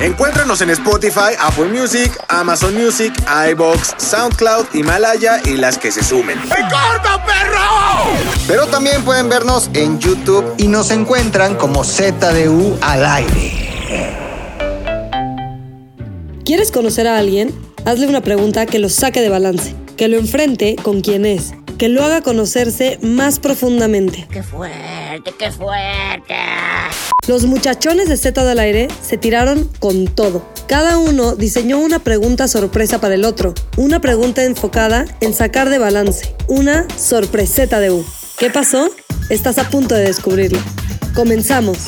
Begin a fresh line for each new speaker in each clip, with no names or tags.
Encuéntranos en Spotify, Apple Music, Amazon Music, iBox, SoundCloud, Himalaya y las que se sumen.
Pero también pueden vernos en YouTube.
y nos encuentran como ZDU al aire.
¿Quieres conocer a alguien? Hazle una pregunta que lo saque de balance, que lo enfrente con quien es, que lo haga conocerse más profundamente.
¡Qué fuerte, qué fuerte!
Los muchachones de Z del Aire se tiraron con todo. Cada uno diseñó una pregunta sorpresa para el otro, una pregunta enfocada en sacar de balance, una sorpreseta de U. ¿Qué pasó? Estás a punto de descubrirlo. Comenzamos.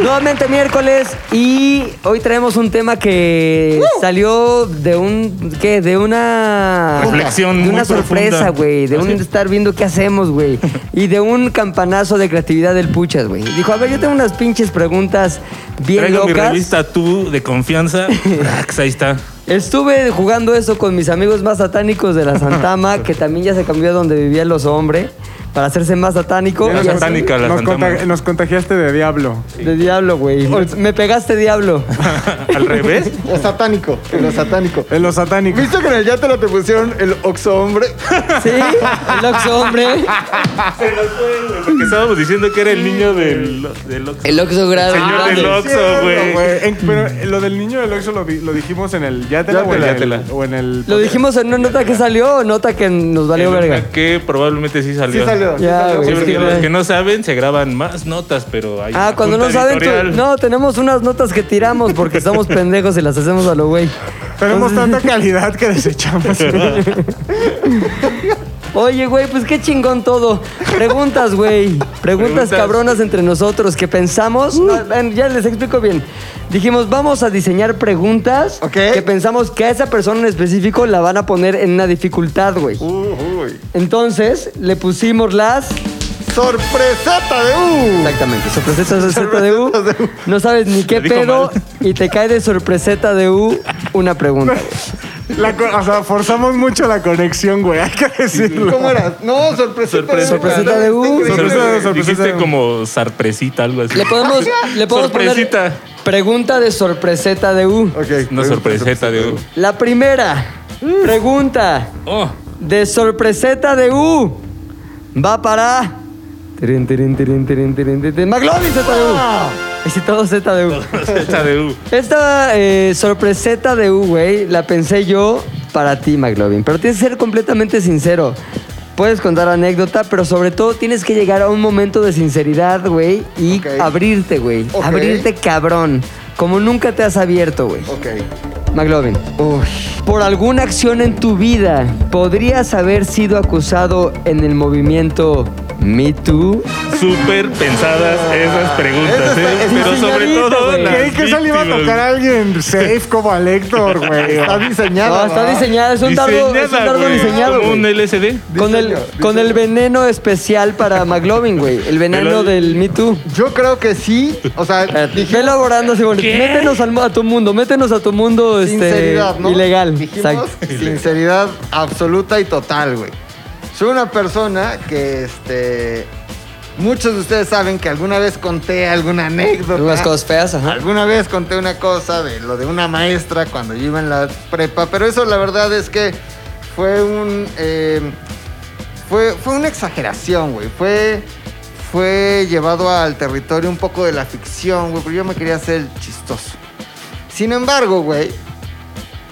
Nuevamente miércoles y hoy traemos un tema que salió de un ¿qué? de una
Reflexión
de una
muy
sorpresa,
profunda.
güey, de un
Así.
estar viendo qué hacemos, güey, y de un campanazo de creatividad del Puchas, güey. Dijo, "A ver, yo tengo unas pinches preguntas bien
Traigo mi
locas."
revista tú de confianza. Rax, ahí está.
Estuve jugando eso con mis amigos más satánicos de la Santama, que también ya se cambió a donde vivía los hombres para hacerse más satánico.
Era
Y así-
satánica la
nos,
Santama.
conta- nos contagiaste de diablo.
De diablo, güey. O- Me pegaste diablo.
Al revés.
Lo satánico, lo satánico.
En lo satánico.
¿Viste que en el yate lo te pusieron el oxo hombre?
Sí, el Oxo, hombre.
Lo que estábamos diciendo que era el niño del, del Oxxo.
El Oxo grande.
Señor Ah, del Oxxo, güey.
En- pero lo del niño del Oxxo lo, vi- lo dijimos en el Yatela, o, en
Yatela,
el-
Yatela.
o en el.
Lo dijimos en una nota que salió o nota que nos valió
El
verga.
Que probablemente sí salió.
Sí salió.
Ya,
Sí,
güey.
porque
sí,
los
güey.
que no saben se graban más notas, pero hay
Ah,
una
cuando no
junta
saben, tú-
editorial.
no, tenemos unas notas que tiramos porque somos pendejos y las hacemos a lo güey.
Tenemos tanta calidad que desechamos.
Oye, güey, pues qué chingón todo. Preguntas, güey. Preguntas,
Preguntas.
cabronas entre nosotros que pensamos.
Uh.
No, ven, ya les explico bien. Dijimos, vamos a diseñar preguntas
Ok.
que pensamos que a esa persona en específico la van a poner en una dificultad, güey. Entonces, le pusimos las.
¡Sorpreseta de U!
Exactamente, sorpreseta de Z de U.
Sorpresetas de U.
No sabes ni qué
Lo dijo
pedo
mal.
y te cae de sorpreseta de U una pregunta.
La co- o sea, forzamos mucho la conexión, güey. Hay que decirlo.
¿Cómo era? No, sorpreseta de U.
Sorpreseta de U.
Está increíble.
Sorpresa,
Dijiste-
sorpresa.
Dijiste como sarpresita, algo así.
Le podemos, le podemos poner
Sorpresita.
pregunta de sorpreseta de U.
Ok.
Una sorpreseta de U.
La primera pregunta
Oh,
de sorpreseta de U va para. Tirín, tirín, tirín, tirín, tirín, tirín, tirín. McLovin ZDU. Es todo ZDU.
sorpreseta de U.
Esta eh, sorpreseta de U, güey, la pensé yo para ti, McLovin. Pero tienes que ser completamente sincero. Puedes contar anécdota, pero sobre todo tienes que llegar a un momento de sinceridad, güey, y
Ok.
abrirte, güey.
Ok.
Abrirte cabrón. Como nunca te has abierto, güey.
Ok.
McLovin, por alguna acción en tu vida, ¿podrías haber sido acusado en el movimiento Me Too?
Súper pensadas esas preguntas,
Esa está-
¿eh?
es mi
Pero sobre
señorita,
todo
güey.
las
Creí que solo iba a
víctimas.
tocar a alguien safe como al Héctor, güey.
Está diseñada.
No, está
¿va?
diseñada, es un dardo, es un
Diseñada,
dardo
güey.
diseñado.
Como un
güey.
LSD.
Con el,
diseño,
con el veneno especial para McLovin, güey. El veneno
Pero-
del Me Too.
Yo creo que sí. O sea,
Espérate,
dije
Ve elaborando así, güey.
¿Qué?
Métenos al- a tu mundo, métenos a tu mundo este,
sinceridad, ¿no?
ilegal.
Dijimos
Exacto.
sinceridad absoluta y total, güey. Soy una persona que, este... Muchos de ustedes saben que alguna vez conté alguna anécdota.
Unas cosas feas, ajá.
Alguna vez conté una cosa de lo de una maestra cuando yo iba en la prepa, pero eso la verdad es que fue un. eh, fue, fue una exageración, güey. Fue, fue llevado al territorio un poco de la ficción, güey, porque yo me quería hacer el chistoso. Sin embargo, güey,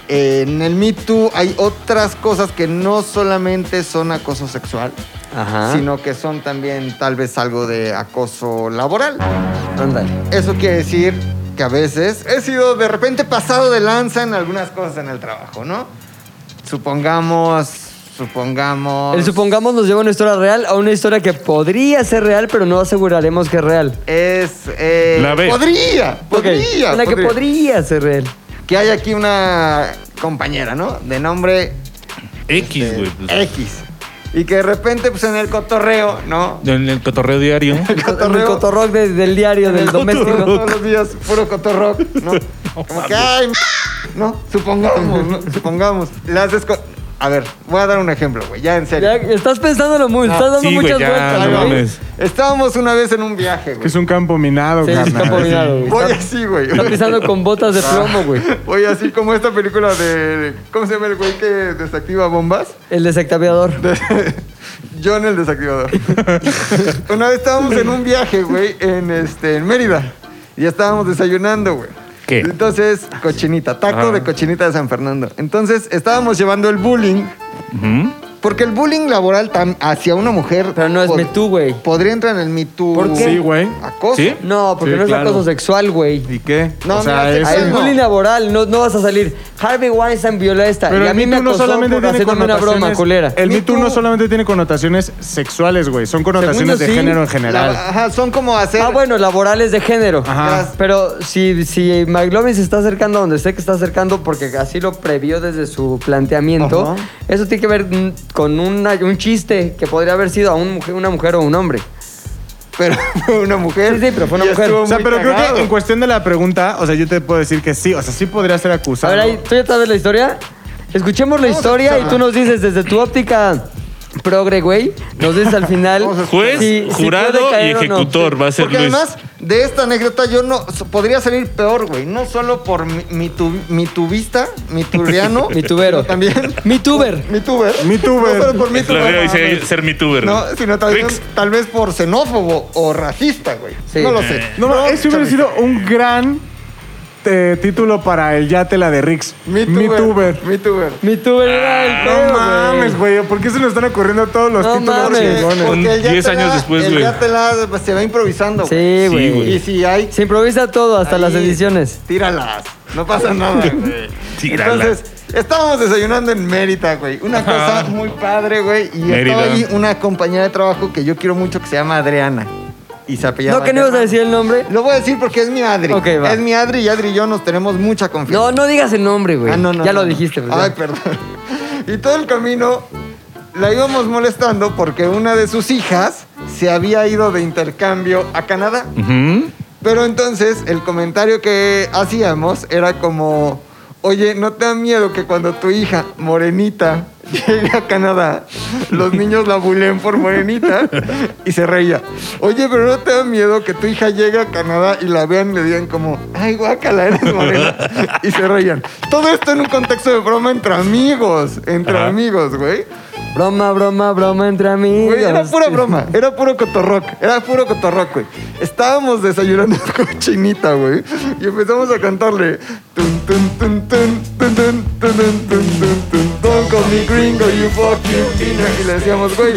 en el Me Too hay otras cosas que no solamente son acoso sexual,
Ajá.
sino que son también tal vez algo de acoso laboral.
Ándale.
Eso quiere decir que a veces he sido de repente pasado de lanza en algunas cosas en el trabajo, ¿no? Supongamos, supongamos...
El supongamos nos lleva a una historia real, a una historia que podría ser real, pero no aseguraremos que es real.
Es... eh,
La B.
Podría, podría.
Ok, La que
podría.
podría ser real.
Que hay aquí una compañera, ¿no? De nombre
X, güey. pues.
X. Y que de repente, pues en el cotorreo, ¿no?
Este,
En el cotorreo diario.
En el cotorrock de- del diario, del doméstico.
Todos los días, puro cotorrock, ¿no? Como que, ay, m- no, supongamos, ¿no? supongamos. Las desco- A ver, voy a dar un ejemplo, güey, ya en serio.
Ya, estás pensándolo mucho, estás dando
Ah, sí, güey,
muchas
ya,
vueltas,
Ay,
no
güey.
güey.
mames.
Estábamos una vez en un viaje,
Que
güey.
es un campo minado,
Sí, está
carnal.
poblado, güey.
Voy
Está-
así, güey.
Está pisando con botas de plomo, güey.
Voy así como esta película de... ¿Cómo se llama el güey que desactiva bombas?
El desactivador.
Yo en el desactivador. Una vez estábamos en un viaje, güey, en, este, en Mérida. Y ya estábamos desayunando, güey.
¿Qué?
Entonces, cochinita, taco
Ajá.
de cochinita de San Fernando. Entonces, estábamos llevando el bullying,
Ujú.
porque el bullying laboral tam- hacia una mujer...
Pero no es
pod-
Me Too, güey.
Podría entrar en el Me Too.
¿Por qué?
Sí, güey.
Acoso.
¿Sí?
No, porque
Sí,
no es
claro.
acoso sexual, güey.
¿Y qué?
No,
o sea,
no,
es-
Ah,
Hay
no.
bullying laboral, no, no vas a salir. Harvey Weinstein violó a esta.
Pero
y a
el
mí me
Me Too no
acosó
solamente
por
tiene
haciéndome una
connotaciones-
broma culera.
El
Me
Me Too
Too-
no solamente tiene connotaciones sexuales, güey. Son connotaciones
yo
de
sí.
género en
La-
general.
ajá, son como hacer...
Ah, bueno, laborales de género.
Ajá.
Pero si, si McLovin se está acercando a donde sé que está acercando, porque así lo previó desde su planteamiento,
Ajá.
eso tiene que ver mm, con una- un chiste que podría haber sido a un mujer- una mujer o un hombre.
Pero fue una mujer.
Sí, sí, pero fue una
y
mujer.
estuvo
O
O sea,
muy
pero creo
cagado.
que en cuestión de la pregunta, o sea, yo te puedo decir que sí, o sea, sí podría ser
A
acusado.
ver, ahí, ¿tú ya sabes la historia? Escuchemos la historia y tú nos dices desde tu óptica progre, güey, nos dices al final.
Juez,
si- si puede
jurado y
caer o no.
ejecutor va a ser
Porque
Luis.
además de esta anécdota yo no so- podría salir peor, güey. No solo por mi, mi, tu- mi tubista, mi turiano.
Mi tubero.
sino También.
Mi tuber.
Mi tuber.
Mi tuber.
No solo por mi
Lo
tuber.
veo y sé
mames.
ser mi tuber.
No, sino tal vez,
Rix.
tal vez por xenófobo o racista, güey.
Sí.
No lo sé.
No, no, ese hubiera sido un gran eh, título para el ya la de Rix.
Mi tuber. Mi tuber.
Mi tuber era
Ah,
el pedo,
No
güey.
mames, güey. ¿Por qué se nos están ocurriendo todos los
No
títulos
mames.
chingones?
Un
el ya
10
te
años
la-
después,
el
güey.
ya te la- pues, se va improvisando.
Sí,
Sí,
güey.
güey.
Y si hay
Se improvisa todo, hasta las
Ahí,
ediciones.
Tíralas. No pasa nada, güey.
Tíralas.
Entonces, estábamos desayunando en Mérida, güey. Una cosa
Ajá.
muy padre, güey. Y
Mérida.
estaba ahí una compañera de trabajo que yo quiero mucho que se llama Adriana. Y se apellaba.
No, que no ibas a decir el nombre.
Lo voy a decir porque es mi Adri.
Ok, va.
Es mi Adri y Adri y yo nos tenemos mucha confianza.
No, no digas el nombre, güey.
pues, Ah, no, no,
ya
no,
lo
no.
dijiste, pues,
Ay,
ya.
perdón. Y todo el camino la íbamos molestando porque una de sus hijas se había ido de intercambio a Canadá.
Ujú.
Pero entonces el comentario que hacíamos era como, oye, ¿no te da miedo que cuando tu hija, Morenita, llegue a Canadá, los niños la bulen por Morenita? Y se reía. Oye, pero ¿no te da miedo que tu hija llegue a Canadá y la vean y le digan como, ay, guácala, eres morena? Y se reían. Todo esto en un contexto de broma entre amigos, entre
Ajá.
amigos, güey.
Broma, broma, broma entre amigos.
Güey, era pura broma, era puro cotorrock, era puro cotorrock, güey. Estábamos desayunando con chinita, güey, y empezamos a cantarle. Tun, tun, tun, tun, tun, tun, tun, tun, tun, tun, tun, Don't call me gringo, you fucking pinga. Y le decíamos, güey,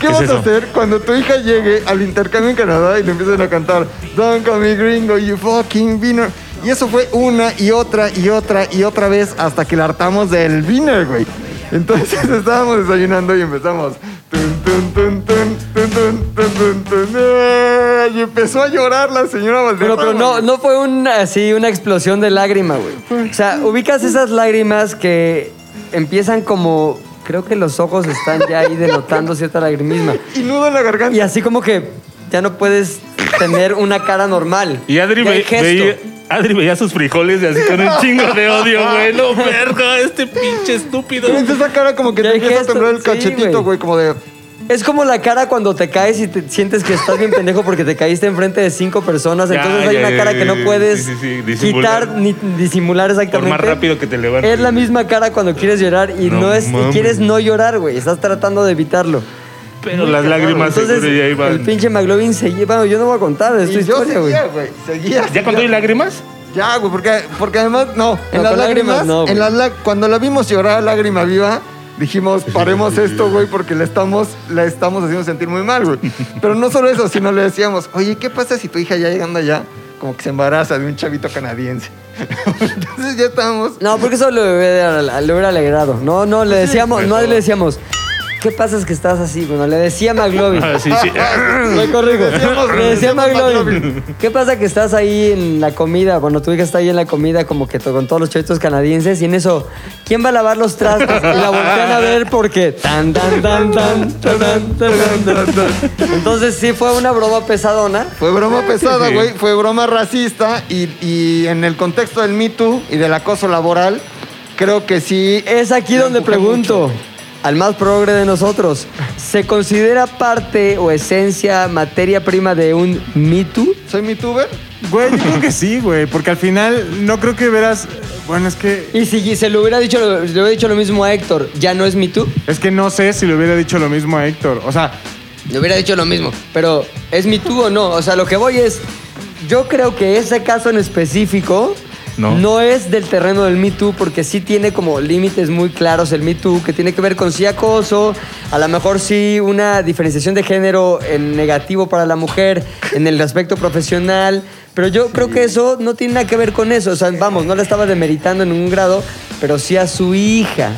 ¿qué,
es
vas
eso?
a hacer cuando tu hija llegue al intercambio en Canadá y le empiezan a cantar Don't call me gringo, you fucking beaner? Y eso fue una y otra y otra y otra vez hasta que la hartamos del beaner, güey. Entonces estábamos desayunando y empezamos. "Tun, tun, tun, tun, tun, tun, tun, tun, tun", ¡eh! Y empezó a llorar la señora
Pero,
Valderrama.
pero no,
güey.
no fue una, así una explosión de lágrima, güey. O sea, ubicas esas lágrimas que empiezan como... Creo que los ojos están ya ahí denotando cierta lagrimisma.
Y nudo en la garganta.
Y así como que ya no puedes tener una cara normal.
Y Adri,
Ya hay
ve-
gesto.
veía, Adri veía sus frijoles y así con un chingo de odio, güey. No, verga, este pinche estúpido.
Tienes esa cara como que
Ya
te
hay
empieza a
gesto,
temblar el
sí,
cachetito,
güey.
güey, como de.
Es como la cara cuando te caes y te sientes que estás bien pendejo porque te caíste enfrente de cinco personas.
Ya,
Entonces hay
ya,
una
ya,
cara
ya,
que no
ya,
puedes
sí, sí, sí,
quitar
disimular.
ni disimular exactamente.
Por más rápido que te levantes.
Es la misma cara cuando quieres llorar y no,
No
es y
mames.
quieres no llorar, güey. Estás tratando de evitarlo.
Pero las lágrimas
Entonces
Ah, seguro ya iban.
el pinche McLovin se lleva. Yo no voy a contar es tu
Y yo
historia, güey.
seguía, güey. Seguía.
¿Ya cuando hay lágrimas?
Ya, güey, porque, porque además, no, en
No,
las
con lágrimas
lágrimas,
no, güey.
en las lá- cuando la vimos llorar a lágrima viva, dijimos, paremos esto, güey, porque la estamos, la estamos haciendo sentir muy mal, güey. Pero no solo eso, sino le decíamos, oye, ¿qué pasa si tu hija ya llegando allá, como que se embaraza de un chavito canadiense? Entonces ya estábamos...
No, porque eso lo hubiera, lo hubiera alegrado. No, no, le decíamos, no le decíamos. ¿Qué pasa es que estás así? Bueno, le decía a McLovin.
Ah, sí, sí.
Me corrijo. Le decía a McLovin. ¿Qué pasa que estás ahí en la comida? Bueno, tu hija está ahí en la comida como que to- con todos los chavitos canadienses y en eso, ¿quién va a lavar los trastos? Y la voltean a ver porque tan, tan, tan, tan, tan, tan, tan, tan, tan. Entonces sí fue una broma pesadona.
Fue broma pesada,
Sí.
güey. Fue broma racista y, y en el contexto del Me Too y del acoso laboral, creo que sí. eh,
Es aquí donde pregunto al más progre de nosotros, ¿se considera parte o esencia, materia prima de un Me Too?
¿Soy Me Tuber?
Güey, yo creo que sí, güey, porque al final no creo que verás. Bueno, es que.
Y si se lo hubiera dicho, lo- le hubiera dicho lo mismo a Héctor, ¿ya no es Me Too?
Es que no sé si le hubiera dicho lo mismo a Héctor. O sea,
Le hubiera dicho lo mismo, pero ¿es Me Too o no? O sea, lo que voy es, yo creo que ese caso en específico no,
No.
es del terreno del Me Too porque sí tiene como límites muy claros el Me Too, que tiene que ver con sí acoso, a lo mejor sí una diferenciación de género en negativo para la mujer en el aspecto profesional, pero yo creo que eso no tiene nada que ver con eso. O sea, vamos, no la estaba demeritando en ningún grado, pero sí a su hija.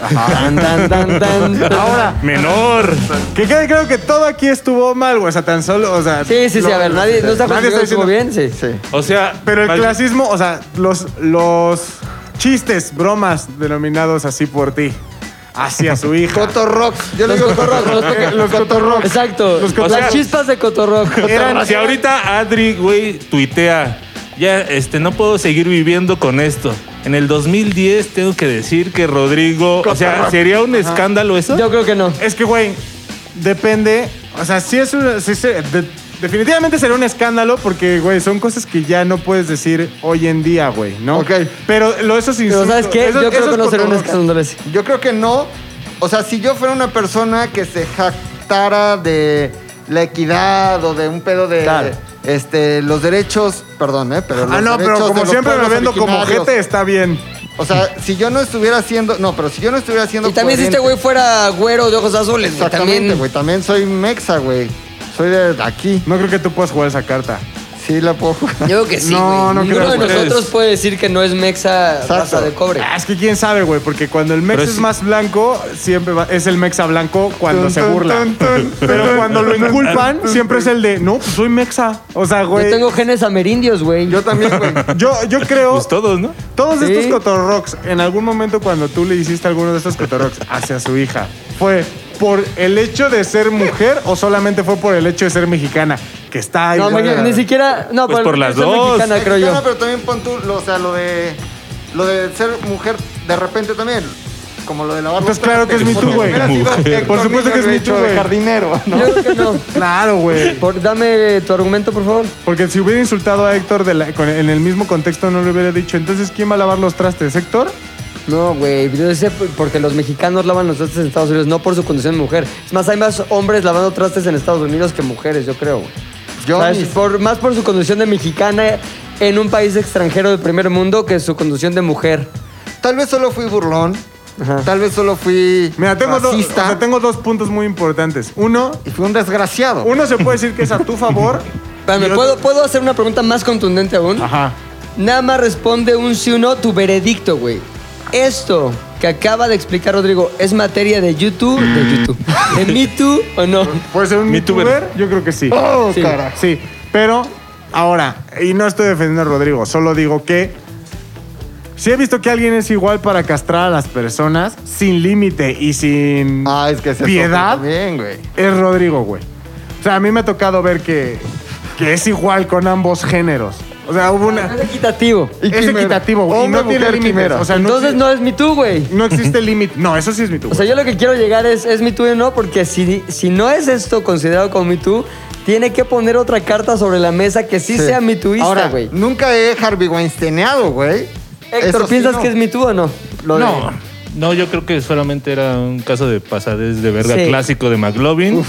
Tan, tan, tan, tan.
Ahora,
Menor.
que creo, creo que todo aquí estuvo mal, güey. O sea, tan solo. O sea,
Sí, sí, sí,
lo-
a ver, nadie no está
nadie
jugando
diciendo-
bien, sí.
Sí.
O sea.
Pero el
mal-
clasismo, o sea, los, los chistes, bromas denominados así por ti, hacia su hija.
Cotorrocks. Yo le digo
cotorrocks, los
cotorrocks. Los cotorrocks.
Exacto.
Los
cotorros.
Las chispas de cotorrock.
Eran-
Si ahorita Adri, güey, tuitea. Ya, este, no puedo seguir viviendo con esto. En el 2010 tengo que decir que Rodrigo. O sea, ¿sería un escándalo eso?
Yo creo que no.
Es que, güey, depende. O sea, sí es un. sí se- de- definitivamente será un escándalo porque, güey, son cosas que ya no puedes decir hoy en día, güey, ¿no?
Ok.
Pero lo, esos
Pero
insultos.
¿sabes qué?
esos-
Yo creo
esos
que no será un
cotorros-
escándalo ese.
Yo creo que no. O sea, si yo fuera una persona que se jactara de la equidad o de un pedo de
Claro.
este los derechos, perdón, eh, pero los
Ah, no, pero
derechos de
como
los
siempre me
pueblos
vendo como
originarios.
gente, está bien.
O sea, si yo no estuviera haciendo, no, pero si yo no estuviera haciendo
Y también si este güey fuera güero de ojos azules, güey,
Exactamente,
también.
güey, también soy mexa, güey. Soy de aquí.
No creo que tú puedas jugar esa carta.
Sí la puedo
Yo
jugar.
creo que sí, güey.
No, no
Ninguno
creo
de
que ustedes-
nosotros puede decir que no es mexa
Exacto.
raza de cobre.
Ah, es que quién sabe, güey, porque cuando el mex
Pero
es
sí.
más blanco, siempre va- es el mexa blanco cuando
Tun,
se
tun,
burla.
tun, tun.
Pero cuando lo inculpan, siempre es el de, no, pues soy mexa. O sea,
Yo
güey.
tengo genes amerindios, güey.
Yo también, güey.
Yo, yo creo.
Pues todos, ¿no?
Todos
Sí.
estos cotorrocks, en algún momento cuando tú le hiciste alguno de estos cotorrocks hacia su hija, ¿fue por el hecho de ser mujer o solamente fue por el hecho de ser mexicana? Que está ahí.
No, me- ni siquiera. No,
Pues por las
soy
dos.
mexicana, creo
Mexicana,
yo.
pero también pon tú, lo- o sea, lo de, lo de ser mujer de repente también. Como lo de lavar
Pues
los
claro que es
trastes.
mi tú, güey.
Hubiera sido
Mujer.
Héctor
Por supuesto
Niño
que es mi
hecho
tú,
de
güey.
jardinero, ¿no?
Yo creo que no.
Claro, güey.
Por- dame tu argumento, por favor.
Porque si hubiera insultado a Héctor de la- con- en el mismo contexto, no le hubiera dicho, entonces, ¿quién va a lavar los trastes, Héctor?
No, güey, yo sé por- porque los mexicanos lavan los trastes en Estados Unidos, no por su condición de mujer. Es más, hay más hombres lavando trastes en Estados Unidos que mujeres, yo creo, güey.
Yo
¿Sabes?
ni-
Por- más por su condición de mexicana en un país extranjero del primer mundo que su condición de mujer.
Tal vez solo fui burlón.
Ajá.
Tal vez solo fui
Mira, tengo, dos, o
racista.
sea, tengo dos puntos muy importantes. Uno,
Y fui un desgraciado.
uno se puede decir que es a tu favor.
Espérame,
y otro-
¿puedo, ¿puedo hacer una pregunta más contundente aún?
Ajá.
Nada más responde un sí o no tu veredicto, güey. Esto que acaba de explicar Rodrigo, ¿es materia de YouTube? De YouTube. ¿De Me Too o no?
¿Puede ser un
MeToober.
youtuber? Yo creo que sí.
Oh,
Sí.
cara.
Sí, pero ahora, y no estoy defendiendo a Rodrigo, solo digo que si he visto que alguien es igual para castrar a las personas sin límite y sin
Ah, es que es
piedad,
Bien, güey.
es Rodrigo, güey. O sea, a mí me ha tocado ver que, que es igual con ambos géneros. O sea, hubo una...
Es equitativo.
Y
es
quimera.
equitativo, güey. y
Hombre,
no tiene
mujer,
límites.
quimera.
O sea, no
Entonces
exi-
no es Me Too, güey.
no existe límite. No, eso sí es mi tubo.
O sea, yo lo que quiero llegar es, es Me Too y no, porque si, si no es esto considerado como Me Too, tiene que poner otra carta sobre la mesa que sí, sea Me Tooista,
Ahora,
güey.
nunca he Harvey Weinsteineado, güey.
Héctor,
Eso sí,
¿piensas
no.
que es Me Too o no? Lo de-
No. No, yo creo que solamente era un caso de pasadez de verga
Sí.
clásico de McLovin.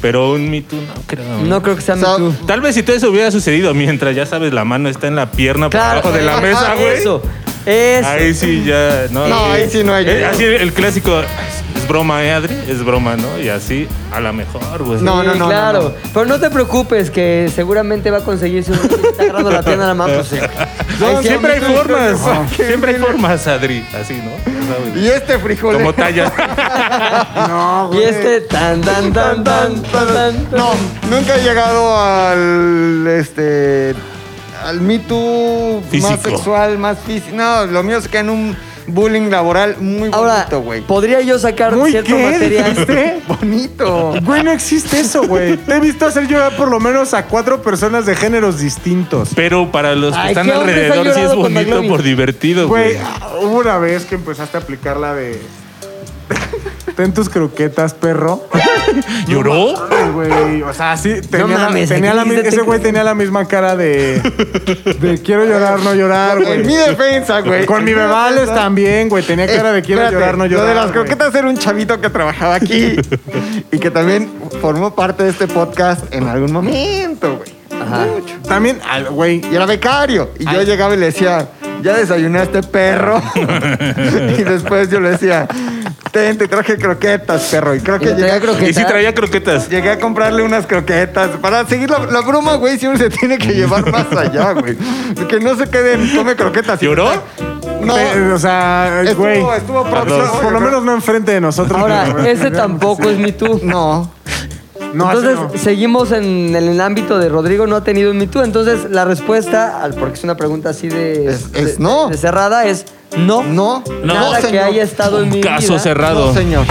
Pero un Me Too no creo.
no creo que sea
O sea,
Me Too.
Tal vez si todo eso hubiera sucedido mientras, ya sabes, la mano está en la pierna por debajo de la
ajá,
mesa, güey.
Ah, Eso, eso.
Ahí sí ya. No,
No, ahí sí no hay
Eh,
video.
así el clásico. Es broma, ¿eh, Adri? Es broma, ¿no? Y así, a lo mejor, güey.
No,
Sí,
no, no,
Claro,
no, no.
pero no te preocupes que seguramente va a conseguirse un está agarrando la tienda en la mano. pues, sí. Ahí sí,
siempre hay
Me Too.
formas. Siempre hay formas, Adri. Así, ¿no? ¿sabes?
Y este frijol.
Como talla.
No,
Y
güey.
este tan, tan, tan, tan, tan, tan.
No, nunca he llegado al este al Me Too más
Físico.
sexual, más físico. No, lo mío se queda en un bullying laboral muy
Ahora,
bonito, güey.
podría yo sacar
Muy
cierto
qué,
material.
dijiste.
Bonito.
Güey, no existe eso, güey. Te he visto hacer llorar por lo menos a cuatro personas de géneros distintos.
Pero para los que
Ay,
están
¿qué hombres han
alrededor sí es
llorado con
bonito
McLovin?
por divertido,
Güey,
güey.
hubo una vez que empezaste a aplicar la de. Ten tus croquetas, perro.
¿Lloró?
Ay, güey. O sea, sí, tenía, la-
mames,
tenía
aquí
la mi-
dice
ese
te-
güey tenía la misma cara de. de quiero llorar, no llorar,
En mi
güey.
defensa, güey.
Con mi
En
bebales
defensa.
también, güey. Tenía cara de quiero
Espérate,
llorar, no llorar.
Lo de las
güey.
croquetas era un chavito que trabajaba aquí y que también formó parte de este podcast en algún momento, güey.
Ajá.
Mucho.
También, al- güey.
Y era becario. Y yo llegaba y le decía, ¿ya desayunaste, perro? y después yo le decía, ten, te traje croquetas, perro. Y creo que
Y te traía
llegué,
croquetas.
Y sí traía croquetas.
llegué a comprarle unas croquetas. Para seguir la, la broma, güey, siempre se tiene que llevar más allá, güey. Que no se queden, come croquetas. y-
¿Lloró?
No,
eh, o sea,
Pues,
güey.
estuvo, estuvo próximo.
Por lo menos no enfrente de nosotros.
Ahora,
güey.
ese tampoco es mi tú.
No.
No, ese
entonces,
no.
seguimos en, en el ámbito de Rodrigo no ha tenido un Me Too. Entonces, la respuesta, al- porque es una pregunta así de,
Es- es
de-
no.
de cerrada, es no.
No, no,
Nada que
señor.
haya estado en mi
Caso
vida.
cerrado.
No, señor.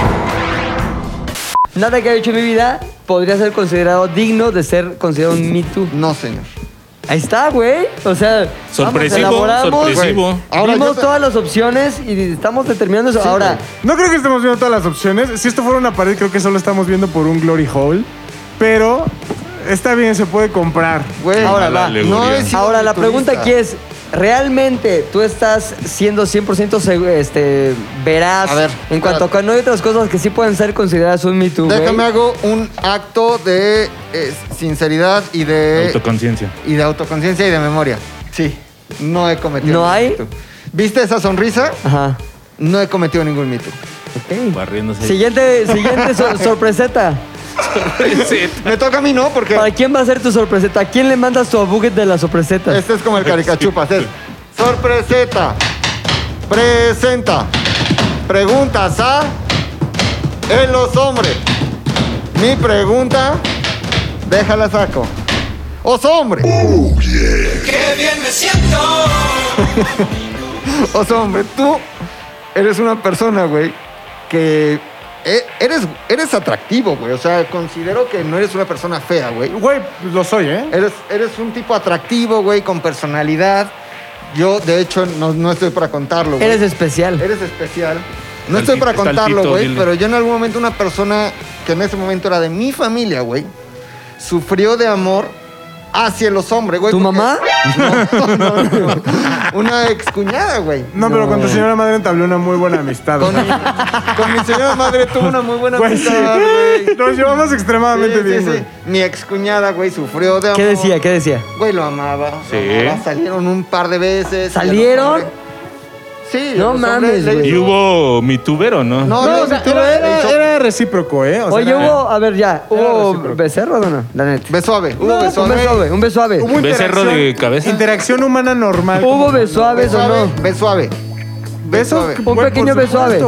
Nada que haya hecho en mi vida podría ser considerado digno de ser considerado un Me Too.
No, señor.
Ahí está, güey. O sea,
Sorpresivo,
vamos, elaboramos.
sorpresivo.
güey.
Ahora
Vimos
yo te-
todas las opciones y estamos determinando eso. Ahora,
No creo que estemos viendo todas las opciones. Si esto fuera una pared, creo que solo estamos viendo por un glory hole. Pero está bien, se puede comprar.
Güey,
Ahora
va.
No he sido
ahora la
futurista.
pregunta aquí es, ¿realmente tú estás siendo 100% segu- este, veraz
A ver,
en cuanto a
espérate.
que no hay otras cosas que sí pueden ser consideradas un Me Too, güey?
Déjame hago un acto de eh, sinceridad y de
Eh, Autoconciencia.
y de autoconciencia y de memoria. Sí, no he cometido.
¿No
ningún
hay?
Me Too. ¿Viste esa sonrisa?
Ajá.
No he cometido ningún mito.
Ok.
Barriéndose.
Siguiente, siguiente sor- sorpreseta.
Me toca a mí, ¿no? Porque
¿Para quién va a ser tu sorpreseta? ¿A quién le mandas tu bucket de la sorpreseta?
este es como el caricachupas. Es sorpreseta. Presenta. Preguntas a en los hombres. Mi pregunta, déjala saco. Os hombre. O sea, hombre, tú eres una persona, güey, que e- eres, eres atractivo, güey. O sea, considero que no eres una persona fea, güey.
Güey, lo soy, ¿eh?
Eres, eres un tipo atractivo, güey, con personalidad. Yo, de hecho, no, no estoy para contarlo, güey. Este,
Eres especial.
Eres especial. No
Está
estoy
el
para
pito, está el
contarlo,
pito,
güey,
dile.
pero yo en algún momento una persona que en ese momento era de mi familia, güey, sufrió de amor hacia los hombres, güey.
¿Tu
porque-
mamá?
No, no, no. Una excuñada, güey.
No, pero con tu señora madre entablé una muy buena amistad.
Con mi,
güey.
con mi señora madre tuvo una muy buena
Güey, sí.
amistad, güey.
Nos llevamos extremadamente
Sí, sí,
bien,
sí.
güey.
Mi excuñada, güey, sufrió de amor.
¿Qué decía? ¿Qué decía?
Güey, lo amaba. lo
Sí.
amaba. Salieron un par de veces.
¿Salieron?
Y a los hombres- Sí.
No
a los hombres
mames,
le-
güey.
Y hubo mitubero, ¿no?
No,
No,
no,
o sea,
tú
era,
eres-
era- era recíproco, ¿eh? O sea,
Oye,
era-
hubo, a ver, ya, ¿hubo
recíproco.
becerros o no? La neta.
Besuave. Hubo
No, pues, un
besuave.
besuave, un besuave.
Hubo
Becerro
interacción-
de cabeza.
Interacción humana normal.
¿Hubo besuaves o
Besuave.
no?
Besuave.
besos.
Un
Güey, por
pequeño
supuesto,
besuave.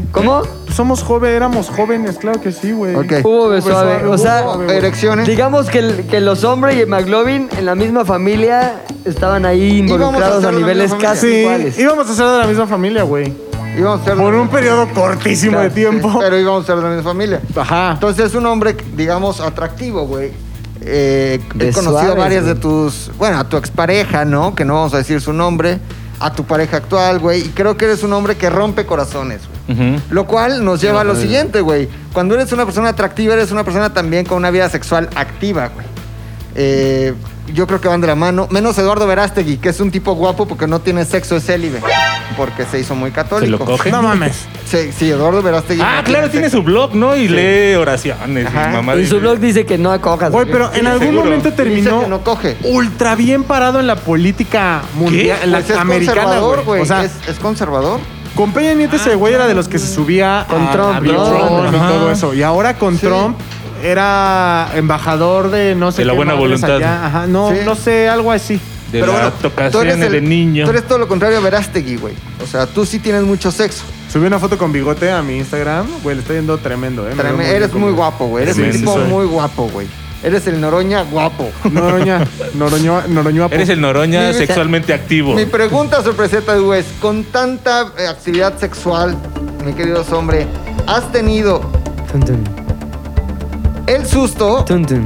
güey.
¿Cómo?
Somos jóvenes, éramos jóvenes, claro que sí, güey.
Ok.
Hubo besuave. O sea,
Hubo besuave, güey.
Erecciones.
digamos que, el- que los hombres y el McLovin en la misma familia estaban ahí
Íbamos a
involucrados a
hacer la
niveles
misma
casi
Sí,
iguales.
íbamos a ser de la misma familia, güey.
Íbamos a ser
Por un periodo cortísimo de tiempo.
Sí, pero íbamos a ser de la misma familia.
Ajá.
Entonces, un hombre, digamos, atractivo, güey. Eh, he
De
conocido a
Suárez,
varias de
güey.
tus. Bueno, a tu expareja, ¿no? Que no vamos a decir su nombre. A tu pareja actual, güey. Y creo que eres un hombre que rompe corazones, güey.
Ujú.
Lo cual nos lleva a lo siguiente, güey. Cuando eres una persona atractiva, eres una persona también con una vida sexual activa, güey. Eh, yo creo que van de la mano. Menos Eduardo Verástegui, que es un tipo guapo porque no tiene sexo, es célibe. Porque se hizo muy
Se
católico.
lo coge.
No mames.
Sí, sí, Eduardo Verástegui.
Ah,
no
claro, tiene su blog, ¿no? Y lee oraciones.
Ajá.
Y, mamá
Y su blog dice que no acojas.
Güey, pero en algún
seguro.
momento terminó
Dice que no coge.
ultra bien parado en la política mundial, en la
Pues es
americana,
conservador,
güey.
güey.
O sea,
es, es conservador.
con Peña Nieto ese güey era de los que se subía
Con
a
Trump,
avión
¿no?
y
Ajá.
todo eso. Y ahora con
Sí.
Trump era embajador de no sé
De la
qué
buena
madres
voluntad.
allá. Ajá, no,
Sí.
no sé, algo así.
De la tocación de niño.
Tú eres todo lo contrario a Verástegui, güey. O sea, tú sí tienes mucho sexo.
Subí una foto con bigote a mi Instagram. Güey, le está yendo tremendo, ¿eh? Me veo
Trem- eres
bien
muy
con-
guapo, güey. Eres
Sí,
un
sí
tipo
soy.
muy guapo, güey. Eres el Noroña guapo.
Noroña, Noroño, Noroñuapo.
Eres el noroña
Mi-
sexualmente activo.
Mi pregunta sorpreseta, güey, es, con tanta eh, actividad sexual, mi querido hombre, ¿has tenido
Tun, tun,
el susto,
tun, tun,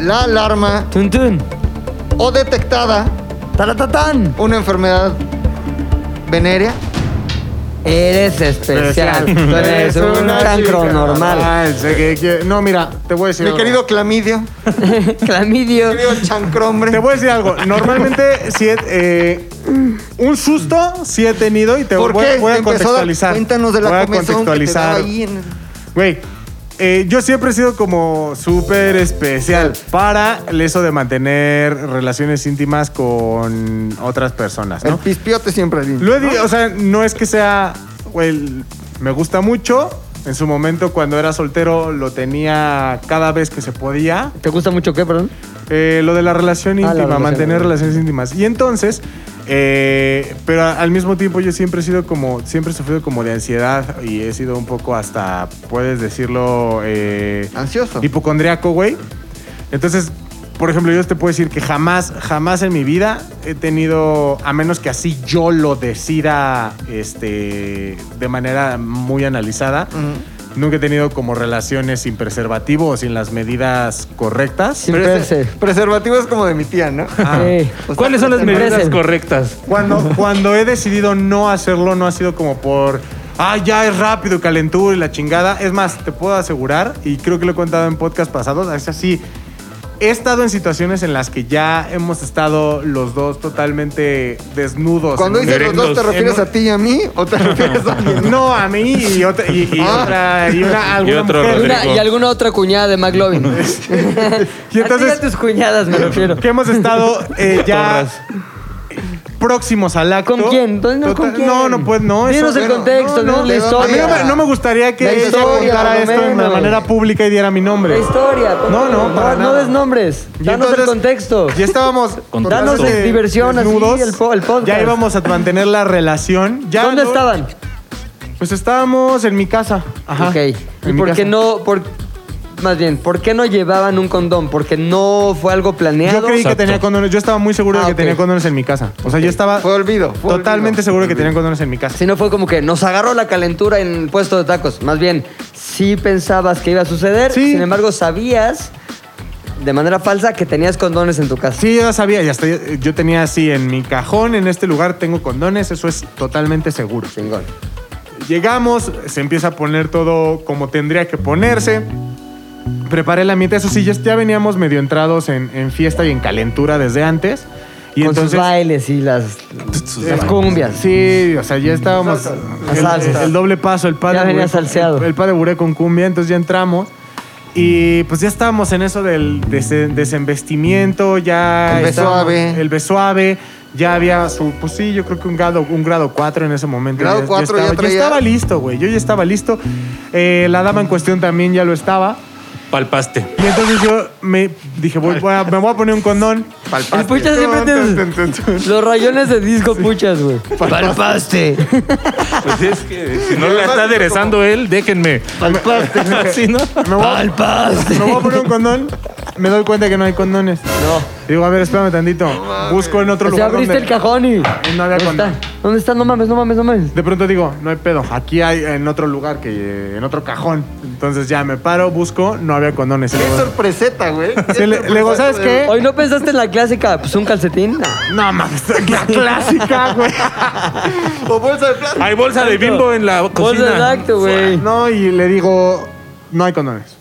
la alarma
tun, tun.
o detectada
Taratatán.
una enfermedad venérea?
Eres especial. Tú eres un cancro
chica Ah.
normal.
sé que- que- no, mira, te voy a decir
Mi
algo.
querido clamidio,
Clamidio.
mi querido chancrombre.
Te voy a decir algo. Normalmente, si he- eh, un susto sí he tenido y te
¿Por
voy,
qué?
voy a
Te empezó a dar-
contextualizar.
Cuéntanos de
voy
la
a
comezón que te daba
contextualizar.
ahí en el-
Güey, eh, yo siempre he sido como súper especial para el eso de mantener relaciones íntimas con otras personas,
El
¿no?
pispiote siempre. lindo.
Lo he di- o sea, no es que sea, güey, el- me gusta mucho. En su momento, cuando era soltero, lo tenía cada vez que se podía.
¿Te gusta mucho qué, perdón?
Eh, lo de la relación
Ah, la
íntima,
relación,
mantener
ok.
relaciones íntimas. Y entonces, eh, pero a- al mismo tiempo yo siempre he sido como, siempre he sufrido como de ansiedad y he sido un poco hasta, puedes decirlo, eh,
Ansioso.
hipocondriaco, güey. Entonces, por ejemplo, yo te puedo decir que jamás, jamás en mi vida he tenido, a menos que así yo lo decida este, de manera muy analizada, nunca he tenido como relaciones sin preservativo o sin las medidas correctas.
Sin prese.
Preservativo es como de mi tía, ¿no?
Ah.
Sí.
Pues
¿Cuáles son las
te
medidas
merecen.
correctas?
Cuando, cuando he decidido no hacerlo, no ha sido como por. Ah, ya es rápido, calentura y la chingada. Es más, te puedo asegurar, y creo que lo he contado en podcast pasados, es así. He estado en situaciones en las que ya hemos estado los dos totalmente desnudos.
Cuando
en
dices los dos, ¿te
Erectos.
refieres a ti y a mí o te refieres a alguien?
un- No, a mí y otra. Y, y
Ah.
otra. Y una. alguna
otro
mujer.
Rodrigo.
Una- y alguna otra cuñada de McLovin. a,
Y
ti y a
entonces.
tus cuñadas me refiero.
Que hemos estado eh, ya.
Torras.
Próximos al acto.
¿Con quién? ¿Dónde no, con
Total-
quién?
No, no, pues no. eso-
Dinos el
bueno,
contexto,
no, no,
dinos la
de dónde-
A mí no
historia.
me, no me gustaría que
La
ella
historia,
contara
lo
esto de una
menos.
manera pública y diera mi nombre.
La historia. por
No, no,
favor.
para
no,
nada.
des nombres.
Y
Danos
entonces,
el contexto.
Ya estábamos
Danos
totalmente
de diversión, así, el po- el podcast.
Ya íbamos a mantener la relación. Ya
¿Dónde
no-
estaban?
Pues estábamos en mi casa. Ajá.
Ok. ¿Y
En mi
por qué
casa.
no? Por, más bien, ¿por qué no llevaban un condón? ¿Porque no fue algo planeado?
Yo creí
Exacto.
que tenía condones. Yo estaba muy seguro
Ah,
de que
ok.
tenía condones en mi casa. O sea, yo estaba
Fue olvido, fue
totalmente
olvido.
seguro de que tenían condones en mi casa.
Si no fue como que nos agarró la calentura en el puesto de tacos. Más bien, sí pensabas que iba a suceder,
Sí.
sin embargo, sabías de manera falsa que tenías condones en tu casa.
Sí, yo ya sabía, ya estoy, yo tenía así en mi cajón, en este lugar tengo condones, eso es totalmente seguro.
Chingón.
Llegamos, se empieza a poner todo como tendría que ponerse. Preparé la mitad, eso sí, ya, ya veníamos medio entrados en, en fiesta y en calentura desde antes. Y
Con
entonces.
sus bailes y las, las cumbias.
Sí, o sea, ya estábamos.
Las
El,
salsas.
el doble paso, el padre.
Ya venía salseado.
El, el padre buré con cumbia, entonces ya entramos. Y pues ya estábamos en eso del des- desinvestimiento, ya.
El beso
estábamos-
suave.
El besuave. Ya había su. Pues sí, yo creo que un grado, un grado 4 en ese momento.
Grado cuatro ya
estaba,
traía-
Yo estaba listo, güey. Yo ya estaba listo. Eh, la dama en cuestión también ya lo estaba.
Palpaste.
Y entonces yo me dije, voy- voy a- me voy a poner un condón.
El puchas siempre tiene los rayones de disco puchas, güey. Palpaste.
Pues es que si no la está aderezando él, déjenme. Así, ¿no?
Me voy a-
Palpaste.
Me voy a poner un condón. Me doy cuenta que no hay condones.
No.
Digo, a ver, espérame tantito. Busco en otro
O sea,
lugar.
abriste
donde-
el cajón y...
no había
¿Dónde
condón.
está? ¿Dónde está? No mames, no mames, no mames.
De pronto digo, no hay pedo. Aquí hay en otro lugar que eh, en otro cajón. Entonces ya me paro, busco, no había condones. Y
Qué
luego-
sorpreseta, güey.
Sí, le- luego, ¿sabes qué?
Hoy no pensaste en la clásica, pues un calcetín.
No mames, la clásica, güey.
O bolsa de plástico.
Hay bolsa de bimbo en la
Pues
cocina.
exacto, güey.
No, y le digo, no hay condones.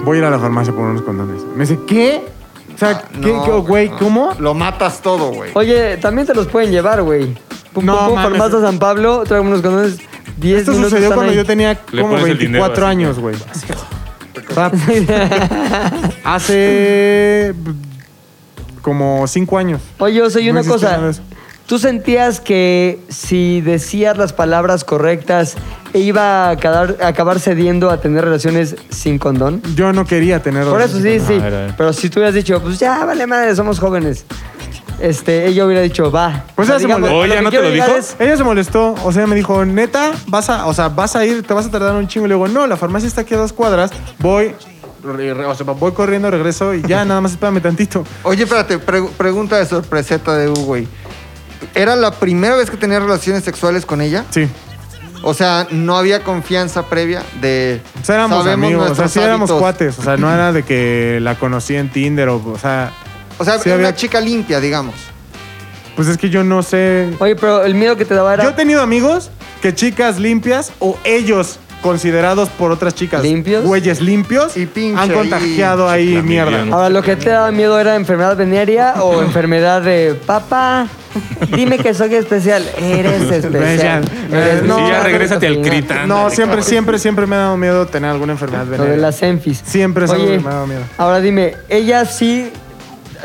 Voy a ir a la farmacia por unos condones. Me dice, ¿qué? O sea, ¿qué,
No,
qué- güey, ¿cómo?
Lo matas todo, güey.
Oye, también te los pueden llevar, güey. Pum,
No,
pum, pum,
mames.
Farmacia San Pablo, trae unos condones. 10
Esto
minutos
sucedió
están
cuando
ahí.
yo tenía
Le
como
pones el dinero
24
así,
años, güey. O sea, Hace como 5 años.
Oye, o sea, y
No
una
existe nada de
cosa.
eso.
¿Tú sentías que si decías las palabras correctas iba a acabar, a acabar cediendo a tener relaciones sin condón?
Yo no quería tener
Por eso sí, sí.
a ver.
Pero si tú hubieras dicho, pues ya, vale madre, somos jóvenes. este, ella hubiera dicho, va. O
Pues
sea,
ella se
digamos,
molestó.
a
Oye,
que
¿no te
quiero
lo
llegar
dijo?
es-
Ella se molestó, o sea, me dijo, neta, vas a, o sea, vas a ir, te vas a tardar un chingo. Y le digo, no, la farmacia está aquí a dos cuadras, voy, re- re- o sea, voy corriendo, regreso y ya, nada más espérame tantito.
Oye, espérate, pre- pregunta de sorpreseta de U, güey. ¿Era la primera vez que tenía relaciones sexuales con ella?
Sí.
O sea, no había confianza previa de.
O sea, éramos
sabemos
amigos, o sea,
nuestros
sí éramos
hábitos.
cuates, o sea, no era de que la conocí en Tinder o, o sea,
O sea,
Sí
era
había-
una chica limpia, digamos.
pues es que yo no sé.
Oye, pero el miedo que te daba era
Yo he tenido amigos que chicas limpias o ellos considerados por otras chicas
¿Limpios?
güeyes limpios
Y pinche
han contagiado ahí
La
mierda.
millón.
Ahora, lo que te daba miedo era enfermedad venérea o enfermedad de papá. Dime que soy especial. Eres especial.
Ya.
Eres
Eh,
Sí,
no,
ya
no,
regrésate al
crita.
crita.
No,
ándale,
siempre,
cabrón.
siempre, siempre me ha dado miedo tener alguna enfermedad
Lo de
venérea.
las enfis.
Siempre es algo
Oye,
que me ha dado miedo.
Ahora dime, ella sí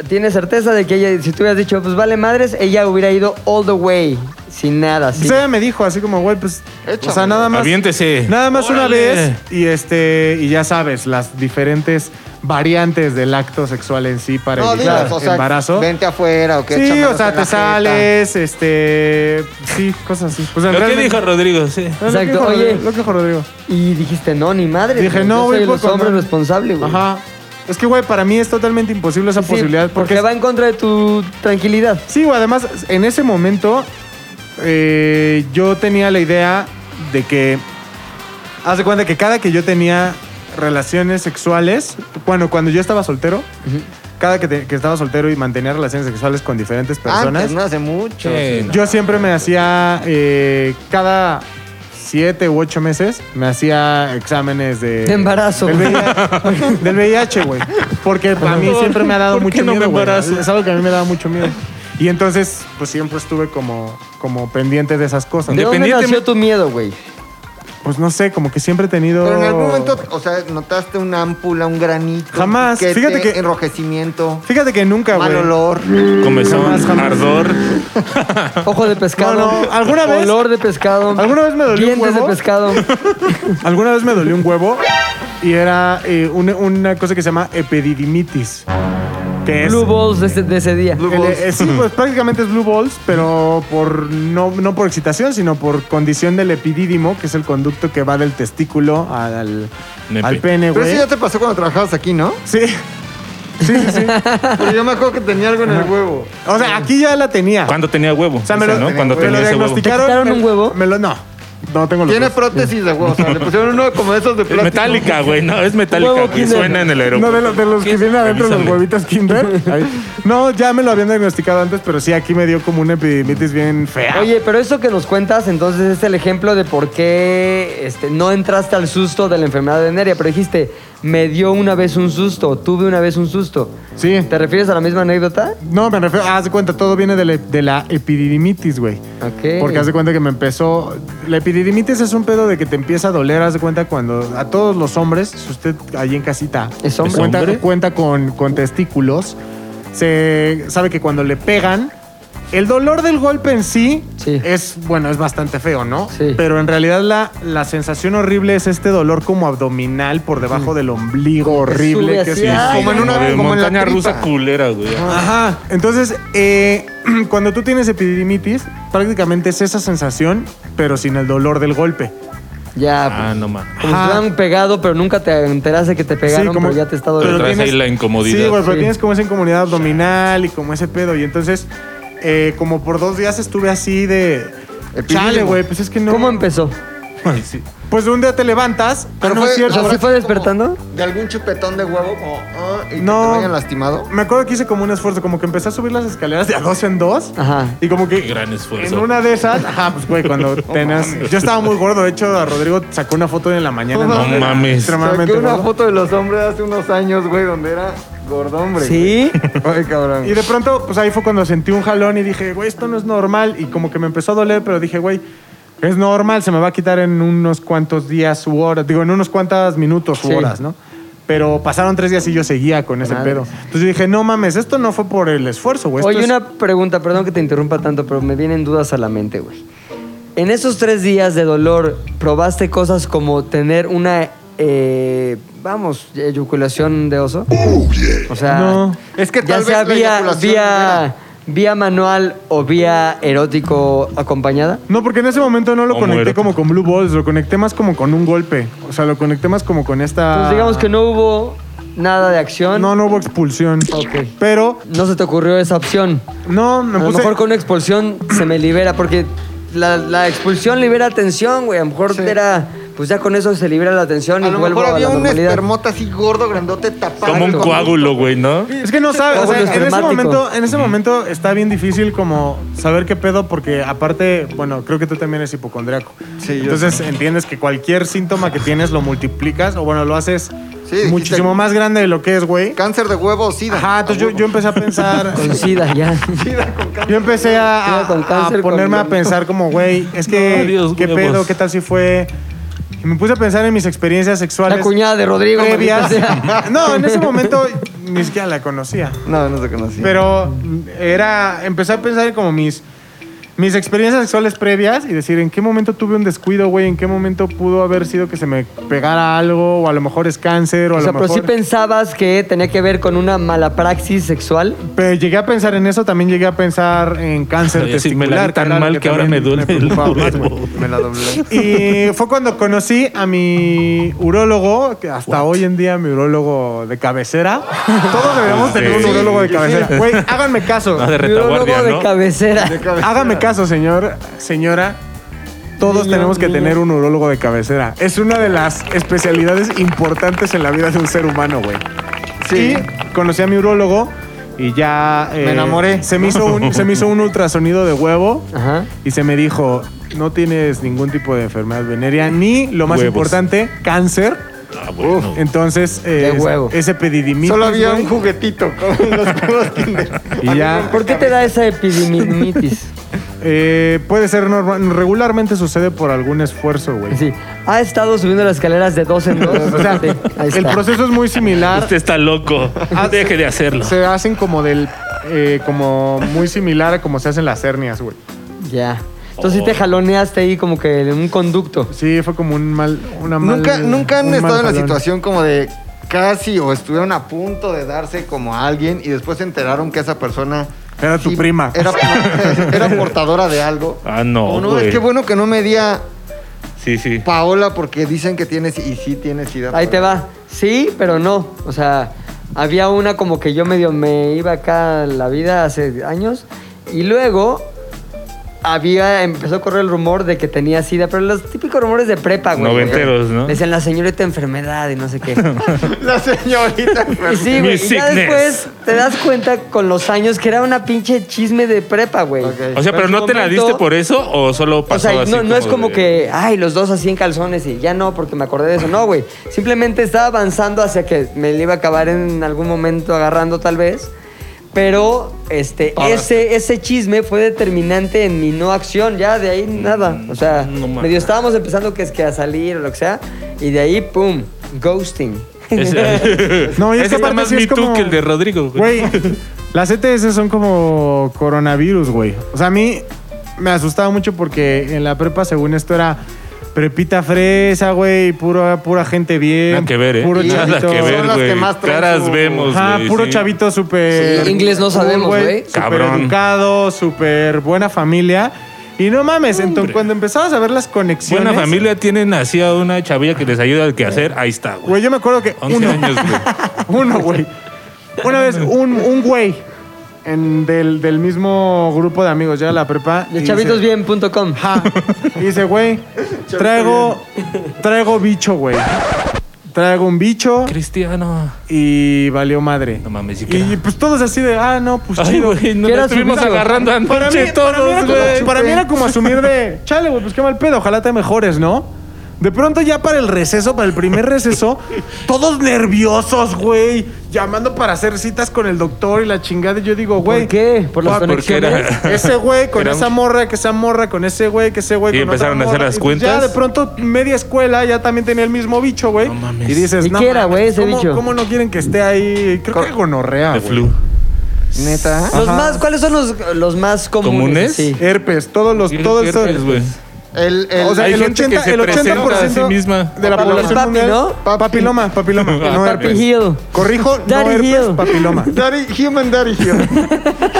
tiene certeza de que ella, si tú hubieras dicho, pues vale madres, ella hubiera ido all the way, sin nada, así.
Pues ella me dijo así como, güey, pues,
Échame.
o sea, nada más,
Aviéntese.
nada más una
Órale.
vez y este, y ya sabes, las diferentes variantes del acto sexual en sí para
No,
evitar
digas, o sea,
embarazo.
vente afuera o que
Sí,
échame
o sea,
en la
te
jeta.
sales, este, sí, cosas así. Pues,
Lo que
realmente-
dijo Rodrigo, sí.
No, Lo que
Exacto,
dijo
oye.
Rodrigo, lo que dijo Rodrigo.
Y dijiste, no, ni madre.
Dije, no,
yo
güey,
soy los
pues,
hombres
no.
responsables, güey.
Ajá. Es que, güey, para mí es totalmente imposible esa
Sí,
posibilidad. Porque,
porque va en contra de tu tranquilidad.
Sí, güey, además, en ese momento eh, yo tenía la idea de que. Haz de cuenta que cada que yo tenía relaciones sexuales, bueno, cuando yo estaba soltero, cada que, te- que estaba soltero y mantenía relaciones sexuales con diferentes personas,
Antes, no hace mucho.
Sí, no.
yo siempre me hacía eh, cada siete u ocho meses me hacía exámenes de,
De embarazo,
del
güey.
VIH, del VIH, güey porque a mí
Ajá.
siempre me ha dado
¿Por qué
mucho
no me
miedo güey.
embarazo?
es algo que a mí me daba mucho miedo y entonces pues siempre estuve como como pendiente de esas cosas
¿De dónde
Independientemente-
nació tu miedo, güey?
pues no sé como que siempre he tenido
Pero en algún momento, o sea, notaste una ámpula, un granito. un
Jamás.
piquete,
Fíjate que-
Enrojecimiento.
fíjate que nunca
Mal
güey
olor.
Comezón,
Jamás, jamás.
ardor.
Ojo de pescado.
No, no, ¿alguna vez-
Olor de pescado.
¿Alguna vez me dolió un
Dientes
huevo?
de pescado.
alguna vez me dolió un huevo y era eh, una, una cosa que se llama epididimitis que es
Blue balls de ese, de ese día.
El- eh, sí, pues prácticamente es Blue Balls, pero por no, no por excitación, sino por condición del epidídimo, que es el conducto que va del testículo al,
Nepe.
al pene,
Pero eso
güey.
ya te pasó cuando trabajabas aquí, ¿no?
Sí. Sí, sí, sí.
Porque yo me acuerdo que tenía algo en el huevo.
O sea, aquí ya la tenía.
¿Cuándo tenía huevo?
O sea, me lo,
Dice, ¿no? Cuando
me
tenía
lo
ese huevo.
diagnosticaron.
¿Te quitaron un
me-
huevo?
Me lo, no. No tengo los
Tiene
huevos.
prótesis de huevo. O sea, le pusieron uno como esos de
Es
plástico.
metálica, güey. No, es metálica.
Huevo
güey.
Kinder.
Suena en el
No,
aeropuerto.
de, los- de los que
¿Qué?
vienen adentro los
Avísame.
huevitos Kinder. Ahí. No, ya me lo habían diagnosticado antes, pero sí, aquí me dio como una epididimitis bien fea.
Oye, pero eso que nos cuentas, entonces es el ejemplo de por qué este, no entraste al susto de la enfermedad venérea, pero dijiste, me dio una vez un susto, tuve una vez un susto.
Sí.
¿Te refieres a la misma anécdota?
No, me refiero, haz de cuenta, todo viene de la, de la epididimitis, güey.
Ok.
Porque haz de cuenta que me empezó. La epididimitis es un pedo de que te empieza a doler, haz de cuenta cuando a todos los hombres, si usted ahí en casita
¿Es hombre?
cuenta,
¿Hombre?
cuenta con, con testículos, se sabe que cuando le pegan, el dolor del golpe en sí,
Sí.
es, bueno, es bastante feo, ¿no?
Sí.
Pero en realidad la, la sensación horrible es este dolor como abdominal por debajo del ombligo
que
horrible.
Mm. sube
que es-
así, Ah, ay,
Como en una-
de
como en la
montaña
tripa.
rusa culera, güey.
Ajá. Entonces, eh, cuando tú tienes epididimitis, prácticamente es esa sensación, pero sin el dolor del golpe.
Ya,
Ah,
pues,
no mames.
como
Ajá.
si te hubieran pegado, pero nunca te enteraste que te pegaron,
como-
pero ya te está
Pero
doliendo.
traes ahí la incomodidad.
Sí, güey, pero
Sí.
tienes como esa incomodidad abdominal y como ese pedo. Y entonces, eh, como por dos días estuve así de. Chale, güey, pues es que no.
¿Cómo empezó?
Pues un día te levantas, pero no es
o
cierto.
sea, sí fue
como
despertando?
De algún chupetón de huevo, como. ah,
No.
y que te lo hayan lastimado.
Me acuerdo que hice como un esfuerzo, como que empecé a subir las escaleras de a dos en dos.
Ajá.
Y como que.
Qué gran esfuerzo.
En una de esas, ajá, pues güey, cuando tenías. Yo estaba muy gordo, de hecho, a Rodrigo sacó una foto en la mañana.
No
Era
mames.
Extremadamente
Saqué una
gordo.
foto de los hombres hace unos años, güey, donde era gordombre.
Sí.
güey. Ay, cabrón.
Y de pronto, pues ahí fue cuando sentí un jalón y dije, güey, esto no es normal. Y como que me empezó a doler, pero dije, güey, es normal, se me va a quitar en unos cuantos días u horas. Digo, en unos cuantos minutos u
Sí.
horas, ¿no? Pero pasaron tres días y yo seguía con ese
Madre.
pedo. Entonces yo dije, no mames, esto no fue por el esfuerzo, güey. esto
Oye,
es-
una pregunta, perdón que te interrumpa tanto, pero me vienen dudas a la mente, güey. En esos tres días de dolor, ¿probaste cosas como tener una, eh, vamos, eyaculación de oso? O sea,
No.
Es que
ya
tal
se
vez la
había,
eyaculación
vía, vía manual o vía erótico acompañada?
No, porque en ese momento no lo
O
conecté
muerto.
como con Blue Balls, lo conecté más como con un golpe. O sea, lo conecté más como con esta.
Pues digamos que no hubo nada de acción.
No, no hubo expulsión.
Ok.
Pero,
No se te ocurrió esa opción.
no, me
a lo
puse.
mejor con una expulsión se me libera, porque la, la expulsión libera tensión, güey. A lo mejor era. Pues ya con eso se libera la tensión
A
y
lo
vuelvo
mejor
a
había
la
un
normalidad.
espermota así gordo, grandote, tapado.
Como un
con-
coágulo, güey, ¿no?
Es que no sabes, o sea,
Óvulo
en ese
espermático.
momento, en ese momento está bien difícil como saber qué pedo, porque aparte, bueno, creo que tú también eres hipocondriaco.
Sí, yo
Entonces entiendes que cualquier síntoma que tienes lo multiplicas, o bueno, lo haces
Sí,
muchísimo
dijiste-
más grande de lo que es, güey.
Cáncer de huevo o sida.
Ajá, entonces yo, yo empecé a pensar.
Con SIDA, ya.
Yo empecé a,
Mira, con
a
cáncer,
ponerme
con-
a pensar como, güey, es que,
No, Dios,
¿qué
huevos.
pedo? ¿Qué tal si fue? Y me puse a pensar en mis experiencias sexuales
La cuñada de Rodrigo.
previas.
maldita sea.
No, en ese momento ni siquiera la conocía.
No, no se conocía.
Pero era, empecé a pensar en como mis, mis experiencias sexuales previas y decir, ¿en qué momento tuve un descuido, güey? ¿En qué momento pudo haber sido que se me pegara algo? O a lo mejor es cáncer, o a
O sea,
lo
pero
mejor...
sí pensabas que tenía que ver con una mala praxis sexual.
Pero llegué a pensar en eso, también llegué a pensar en cáncer
Oye, sí,
testicular.
me la di tan
era lo
mal que ahora
también
me duele el
preocupaba más,
huevo.
güey.
Me la doblé.
Y fue cuando conocí a mi urólogo, que hasta hoy en día mi urólogo de cabecera. Todos deberíamos tener un
Sí,
urólogo de cabecera. Güey, háganme caso.
No, de
Neurólogo
retaguardia,
de
¿no?
cabecera.
Hágame caso, señor, señora. Todos
Niño,
tenemos que
niña.
tener un urólogo de cabecera. Es una de las especialidades importantes en la vida de un ser humano, güey.
Sí.
Y conocí a mi urólogo y ya... eh,
enamoré.
Se me, hizo un, se me hizo un ultrasonido de huevo
Ajá.
y se me dijo, no tienes ningún tipo de enfermedad venérea ni, lo más
Huevos.
importante, cáncer.
Ah, bueno.
Entonces,
De
eh,
huevo.
ese pedidimitis,
Solo había
güey,
un juguetito con los huevos Kinder.
Y ya...
¿Por qué te da esa epididimitis?
Eh, puede ser normal, regularmente sucede por algún esfuerzo, güey.
Sí. Ha estado subiendo las escaleras de dos en dos.
O sea,
Sí, ahí
el
está.
proceso es muy similar.
Usted está loco. Deje de hacerlo.
Se hacen como del, eh, como muy similar a como se hacen las hernias, güey.
Ya. Entonces
Oh.
sí te jaloneaste ahí como que en un conducto.
Sí, fue como un mal, una mal-
Nunca, nunca han
un mal
estado en la
jalón.
situación como de casi o estuvieron a punto de darse como a alguien y después se enteraron que esa persona
Era tu prima.
era, por- era portadora de algo.
Ah, no,
O
güey.
es que bueno que no me di a
Sí, sí.
Paola porque dicen que tienes y sí tienes sida.
Ahí te
Paola.
va. Sí, pero no. O sea, había una como que yo medio me iba acá a la vida hace años. Y luego había, empezó a correr el rumor de que tenía sida, pero los típicos rumores de prepa, güey.
Noventeros, ¿no?
Decían la señorita enfermedad y no sé qué.
La señorita.
Y sí, güey.
Mi
Y ya
sickness.
después te das cuenta con los años que era una pinche chisme de prepa, güey.
Ok.
O sea, pero
en
no
su
te la
momento-
diste por eso o solo
O
pasó
sea,
así
no, no es como
de-
que, ay, los dos así en calzones y ya no, porque me acordé de eso. No, güey. Simplemente estaba avanzando hacia que me le iba a acabar en algún momento agarrando, tal vez. Pero este, ese, ese chisme fue determinante en mi no acción. Ya de ahí nada. O sea,
Mm, No mames.
medio estábamos empezando que es que a salir o lo que sea. Y de ahí, pum, ghosting.
Es-
No, y es
Ese
que
está
aparte
más
sí es
Me Too
como-
que el de Rodrigo. güey.
Güey, las ETS son como coronavirus, güey. O sea, a mí me asustaba mucho porque en la prepa, según esto, era prepita fresa, güey, pura, pura gente bien.
Nada que ver, ¿eh?
Puro
Y-
Nada
chavito.
que ver,
Son las que
güey.
más traen
Caras
su-
vemos,
Ajá,
güey,
puro
sí.
chavito súper.
Sí, inglés no
cool,
sabemos, güey.
Súper
Cabrón.
educado, súper buena familia. Y no mames, entonces cuando empezabas a ver las conexiones.
Buena familia tienen así a una chavilla que les ayuda al quehacer. Ahí está, güey.
Güey, yo me acuerdo que
11
uno-
años, güey.
Uno, güey. Una vez, un, un güey en- del, del mismo grupo de amigos, ya de la prepa.
De
y
chavitosbien.com.
dice, "Ja". Y dice, güey, traigo, traigo bicho, güey. Traigo un bicho
Cristiano.
y valió madre.
No mames, sí que
Y
era.
pues todos así de, ah, no, pues
Ay,
chido.
güey, nos
¿Qué era su
estuvimos
gusto?
agarrando
Para mí,
anoche
para, mí era
todos,
como,
güey.
para mí era como asumir de, chale, güey, pues qué mal pedo, ojalá te mejores, ¿no? De pronto ya para el receso, para el primer receso, todos nerviosos, güey, llamando para hacer citas con el doctor y la chingada. Y yo digo, güey,
¿Por qué? ¿Por las
Ah, porque era-
conexiones?
ese güey con
Era un-
esa morra, que esa morra con ese güey, que ese güey
Y
con otra
empezaron a hacer
morra.
las
Y pues Ya
cuentas.
de pronto media escuela ya también tenía el mismo bicho, güey.
No mames.
Y dices,
¿Y
no
qué era,
mames,
güey, ese
¿cómo-
bicho?
¿Cómo no quieren que esté ahí? Creo que gonorrea,
De
güey.
flu.
Neta.
Los más, ¿Cuáles son los, los más comunes?
¿Comunes?
Sí.
Herpes, todos los,
Sí,
todo
herpes,
eso-
güey.
El, el-
O sea,
Hay
el
gente
80%,
que se
el 80
presenta a sí misma.
de la
Papiloma.
población
Papi,
mundial.
¿no?
Papiloma, papiloma. no
Papi
herpes.
Hill.
Corrijo, no
Daddy
herpes,
Hill.
papiloma.
Daddy- human Daddy Hill.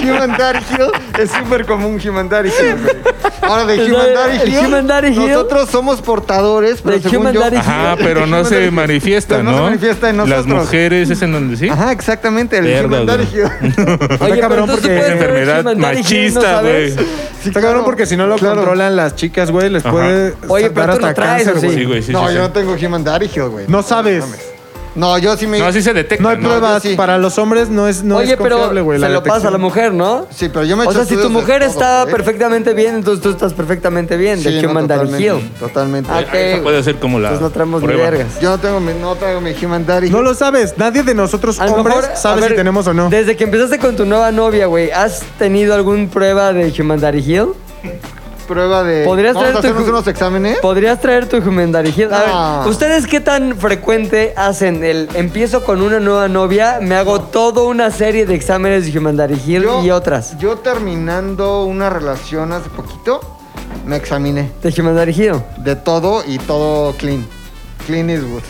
human Daddy Hill es súper común Human Daddy Hill. güey. Ahora de
El
Human
Daddy-
Daddy
el
Hill,
Human Daddy Hill.
nosotros somos portadores, pero
De
según
Human
yo-
Daddy Hill.
Ajá,
de
pero no
Human Daddy
se
Hill.
manifiesta,
Pero
¿no?
No se manifiesta en nosotros.
Las mujeres es en donde sí.
Ajá, exactamente, el
Verga,
Human Daddy
güey. Mm.
Hill.
Oye,
cabrón
pero entonces
porque
puedes tener
enfermedad
Human Daddy Hill, ¿no
machista,
sabes?
güey.
Sí,
Está cabrón
claro.
porque si no lo
Claro.
controlan las chicas, güey, les
Ajá.
puede
Oye,
dar
pero tú lo
hasta
traes,
cáncer,
¿o sí?
Sí, güey, sí,
no,
sí,
yo
sí.
no tengo Human Daddy Hill, güey.
No sabes.
No, yo sí me...
No, sí se detecta.
No hay
¿no?
pruebas.
yo sí.
Para los hombres no es, no
Oye,
es
pero
confiable, güey.
se
la
lo pasa a la
detección.
mujer, ¿no?
Sí, pero yo me he
O sea,
hecho
si tu
estudios de
mujer
todo,
está
güey.
perfectamente bien, entonces tú estás perfectamente bien
Sí,
de
no,
Human Daddy
totalmente,
Hill.
Totalmente.
Ah,
Ahí
güey.
se puede hacer como la.
Entonces no traemos ni
prueba.
vergas.
Yo no tengo mi, no tengo mi Human Daddy
No
Hill.
lo sabes. Nadie de nosotros
A lo
hombres
mejor,
sabe
a ver,
si tenemos o no.
Desde que empezaste con tu nueva novia, güey, ¿has tenido alguna prueba de Human Daddy Hill?
Prueba de...
¿Podrías
Eh, ¿Vamos a
traer tu-
hacernos unos exámenes? Ah.
¿Podrías traer tu Human Daddy Hill? A ver,
No.
¿ustedes qué tan frecuente hacen el empiezo con una nueva novia, me hago toda una serie de exámenes de Human Daddy Hill y otras?
Yo terminando una relación hace poquito, me examiné
De Human Daddy Hill.
de todo y todo clean. Clean Eastwood.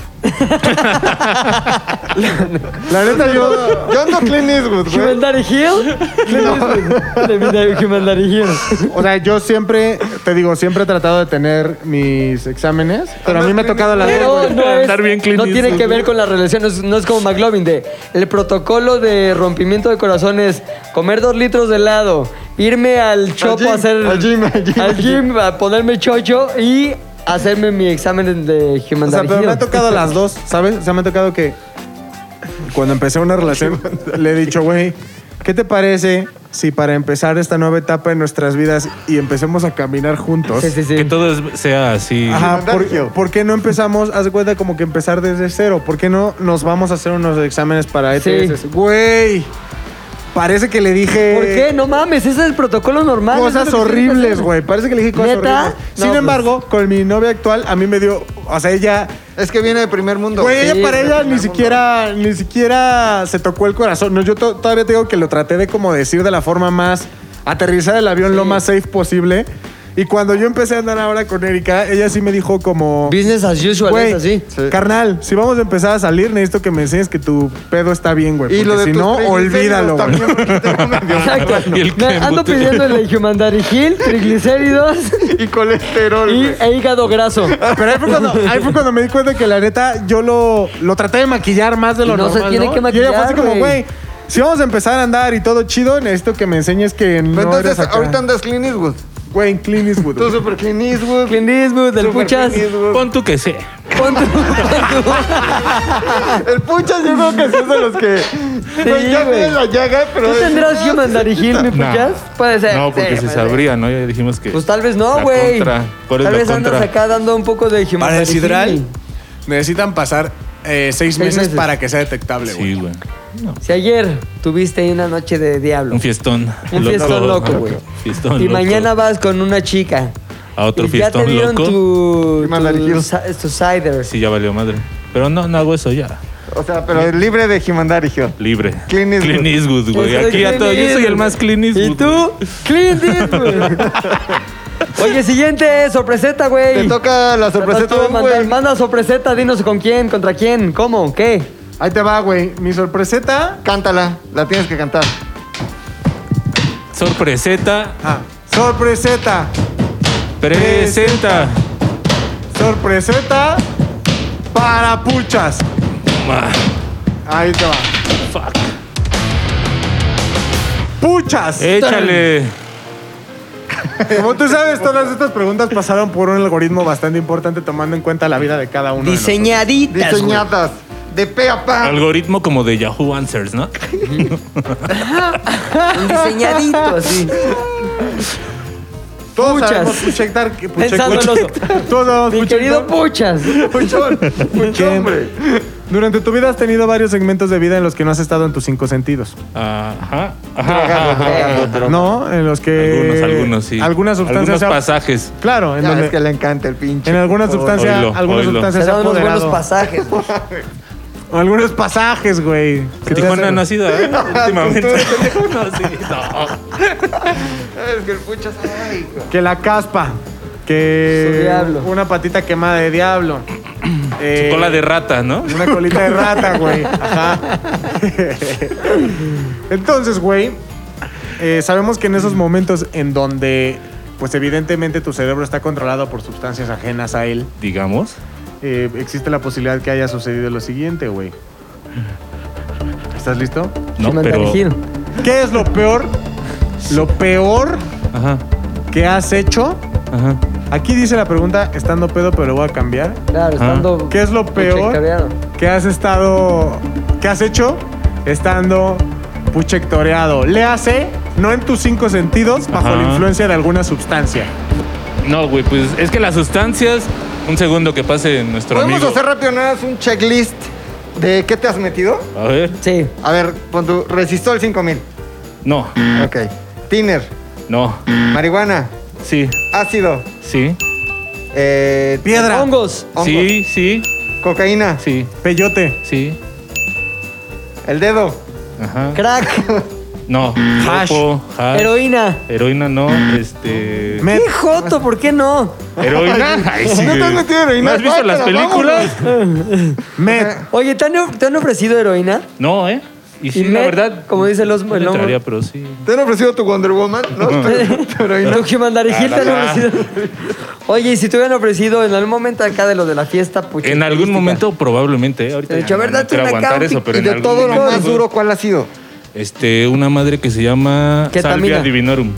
La neta, yo.
Yo ando clean Eastwood,
¿Human
güey.
Daddy Hill? ¿Qué dices? De mi de Human Daddy Hill.
O sea, yo siempre, te digo, siempre he tratado de tener mis exámenes, pero a mí me ha tocado la ley,
Pero
güey.
no es-
Andar bien clean
no tiene
Eastwood.
que ver con la relación, no es, no es como McLovin de el protocolo de rompimiento de corazones, comer dos litros de helado, irme al chopo
gym,
a hacer
al gym, al gym,
al
al gym.
gym, a ponerme chocho y hacerme mi examen de Human
O sea,
Daddy
pero me
Hill.
ha tocado las dos, ¿sabes? O sea, me ha tocado que cuando empecé una relación le he dicho, güey, ¿qué te parece si para empezar esta nueva etapa en nuestras vidas y empecemos a caminar juntos?
Sí, sí, sí.
Que todo es- sea así.
Ajá,
Human Daddy Hill.
¿por, por qué no empezamos? Haz de cuenta como que empezar desde cero. ¿Por qué no nos vamos a hacer unos exámenes para
Sí.
ETS? Güey, parece que le dije...
¿Por qué? No mames, ese es el protocolo normal. eso
Cosas
es lo que tienes que
horribles,
hacer.
güey. Parece que le dije cosas
¿Neta?
horribles.
No,
Sin
pues.
embargo, con mi novia actual, a mí me dio. O sea, ella.
Es que viene de primer mundo.
Güey, ella
sí,
para
de
ella
primer
ni
mundo.
siquiera, ni siquiera se tocó el corazón. No, yo to- todavía te digo que lo traté de como decir de la forma más aterrizar el avión lo más safe posible. Y cuando yo empecé a andar ahora con Erika, ella sí me dijo como.
Business as usual,
Güey,
es así.
carnal, si vamos a empezar a salir, necesito que me enseñes que tu pedo está bien, güey.
Y lo
porque
de
si
tus
no,
triglicéridos
olvídalo, güey.
también, porque tengo medio-
Exacto.
Y el
Me- Ando
clembo te-
pidiendo el Human Daddy Hill, triglicéridos
Y colesterol.
y,
güey.
e hígado graso.
Pero ahí fue, cuando, ahí fue cuando me di cuenta que la neta yo lo, lo traté de maquillar más de lo
Y no se
normal.
tiene que
Y ella fue así
maquillar,
como,
güey.
güey, si vamos a empezar a andar y todo chido, necesito que me enseñes que no
Pero entonces,
eres acá.
ahorita andas clean Eastwood.
Güey, en Clean Eastwood.
Tú super clean Eastwood.
Clint Eastwood, del
super
Puchas.
Clint Eastwood.
Pon tú que sea.
Pon tu- pon tu-
El Puchas yo creo que sí es de los que... Güey, Pues ya
güey.
tiene la llaga, pero...
¿Tú
es-
tendrás Human Daddy Hill, mi
No.
puchas? Puede ser.
No, porque
Sí,
se
puede ser.
sabría, ¿no? Ya dijimos que.
Pues tal vez no,
La
güey.
contra. ¿Cuál es
Tal
la
vez andas
contra?
acá dando un poco de Human
Para el
Daddy
sidral
Hill.
necesitan pasar eh, seis, meses,
meses.
para que sea detectable, güey.
Sí, güey.
Si ayer tuviste una noche de diablo
Un fiestón.
Un fiestón loco, güey.
Fiestón
y
loco.
mañana vas con una chica
A otro
y ya te
fiestón
dieron
loco.
tu,
Human Daddy
tu,
Hill.
ci- tu cider.
Sí, ya valió madre. Pero no, no hago eso ya.
O sea, pero libre de Jimandar
Libre.
Clean Eastwood.
Clean Eastwood, Pues, güey.
Yo soy
Aquí ya
Pues, Clint
todo. Yo soy
Eastwood.
el más clean Eastwood.
¿Y tú?
güey.
Clint Eastwood. Oye, siguiente sorpreseta, güey.
Te toca la sorpreseta,
Te toca mandar-
güey.
Manda sorpreseta, dinos con quién, contra quién, cómo, qué.
Ahí te va, güey. Mi sorpreseta.
Cántala, la tienes que cantar.
Sorpreseta.
Ah, sorpreseta.
Presenta.
Sorpreseta para puchas.
Ma-
Ahí te va.
Fuck.
¡Puchas!
Échale.
Como tú sabes, todas estas preguntas pasaron por un algoritmo bastante importante tomando en cuenta la vida de cada uno. de nosotros.
Diseñaditas. güey.
Diseñadas de pe a
Ah.
pa. Ah,
Algoritmo como de Yahoo Answers, ¿no?
Diseñadito así.
Todos
Puchas.
sabemos puchectar. que- puche-
Pensando en
puchectar. Todos sabemos
Mi querido Puchas.
puchectar.
Puchón, puchón, hombre.
Durante tu vida has tenido varios segmentos de vida en los que no has estado en tus cinco sentidos.
Ajá. Ajá. ajá, ajá.
No, en los que.
Algunos, algunos, sí.
Algunas sustancias.
Algunos
se ha-
pasajes.
Claro, en
Ya
donde.
ves que le encanta el pinche.
En alguna
por favor.
sustancia,
Oílo,
algunas
oílo.
sustancias
Se
se ha
dan unos buenos
apoderado.
pasajes. güey.
algunos pasajes, güey. que te
Tijuana
hacen-
no ha sido, ¿eh?
Ah,
Últimamente. no, sí, no.
Es que el puchas, ay, güey.
Que la caspa. Que.
Su diablo.
Una patita quemada de diablo. Eh,
Cola de rata, ¿no?
una colita de rata, güey. Ajá. Entonces, güey, eh, sabemos que en esos momentos en donde, pues evidentemente tu cerebro está controlado por sustancias ajenas a él,
Digamos.
eh, existe la posibilidad que haya sucedido lo siguiente, güey. ¿Estás listo?
No,
Sí, manda
pero.
giro.
¿Qué es lo peor? Lo peor
Ajá,
que has hecho.
ajá.
Aquí dice la pregunta, estando pedo, pero lo voy a cambiar.
Ah.
Claro, estando.
¿Qué es lo peor
checareado.
que has estado. que has hecho estando puchectoreado? Le hace, no en tus cinco sentidos, bajo
Ajá.
la influencia de alguna sustancia.
No, güey, pues es que las sustancias. Un segundo que pase nuestro
¿Podemos
amigo.
hacer rápido nada más un checklist de qué te has metido?
A ver.
Sí.
A ver, pon tu resistol 5000.
No,
Ok. Tiner,
no.
marihuana,
Sí,
ácido,
sí.
eh,
Piedra,
Hongos.
hongo,
Sí, sí,
cocaína,
sí,
peyote,
sí.
el dedo,
Ajá.
Crack.
No.
Hash.
Lopo, hash.
Heroína.
Heroína no, este.
met,
¡Qué joto! ¿Por qué no?
¿Heroína? Ay, sí.
¿No te has
güey.
metido heroína?
¿No has visto las
Guácala,
películas?
met.
Oye, ¿te han, te han ofrecido heroína?
No, ¿eh? Y sí,
Y
la
met,
verdad.
como dice el os-
no
el
le
homo.
entraría, pero sí.
¿Te han ofrecido tu Wonder Woman? No, tu- tu heroína.
Lo que mandaré Gil te
Ah,
han ofrecido. Oye, y si te hubieran ofrecido en algún momento acá de lo de la fiesta, pucha,
En algún
turística.
momento, probablemente. ¿eh? Ahorita.
De hecho, a ver,
no
date
quiero
una
aguantar
campi-
eso, pero
Y
en
de
algún
todo lo
momento,
más duro, ¿cuál ha sido?
Este, una madre que se llama.
Ketamina.
Salvia divinorum.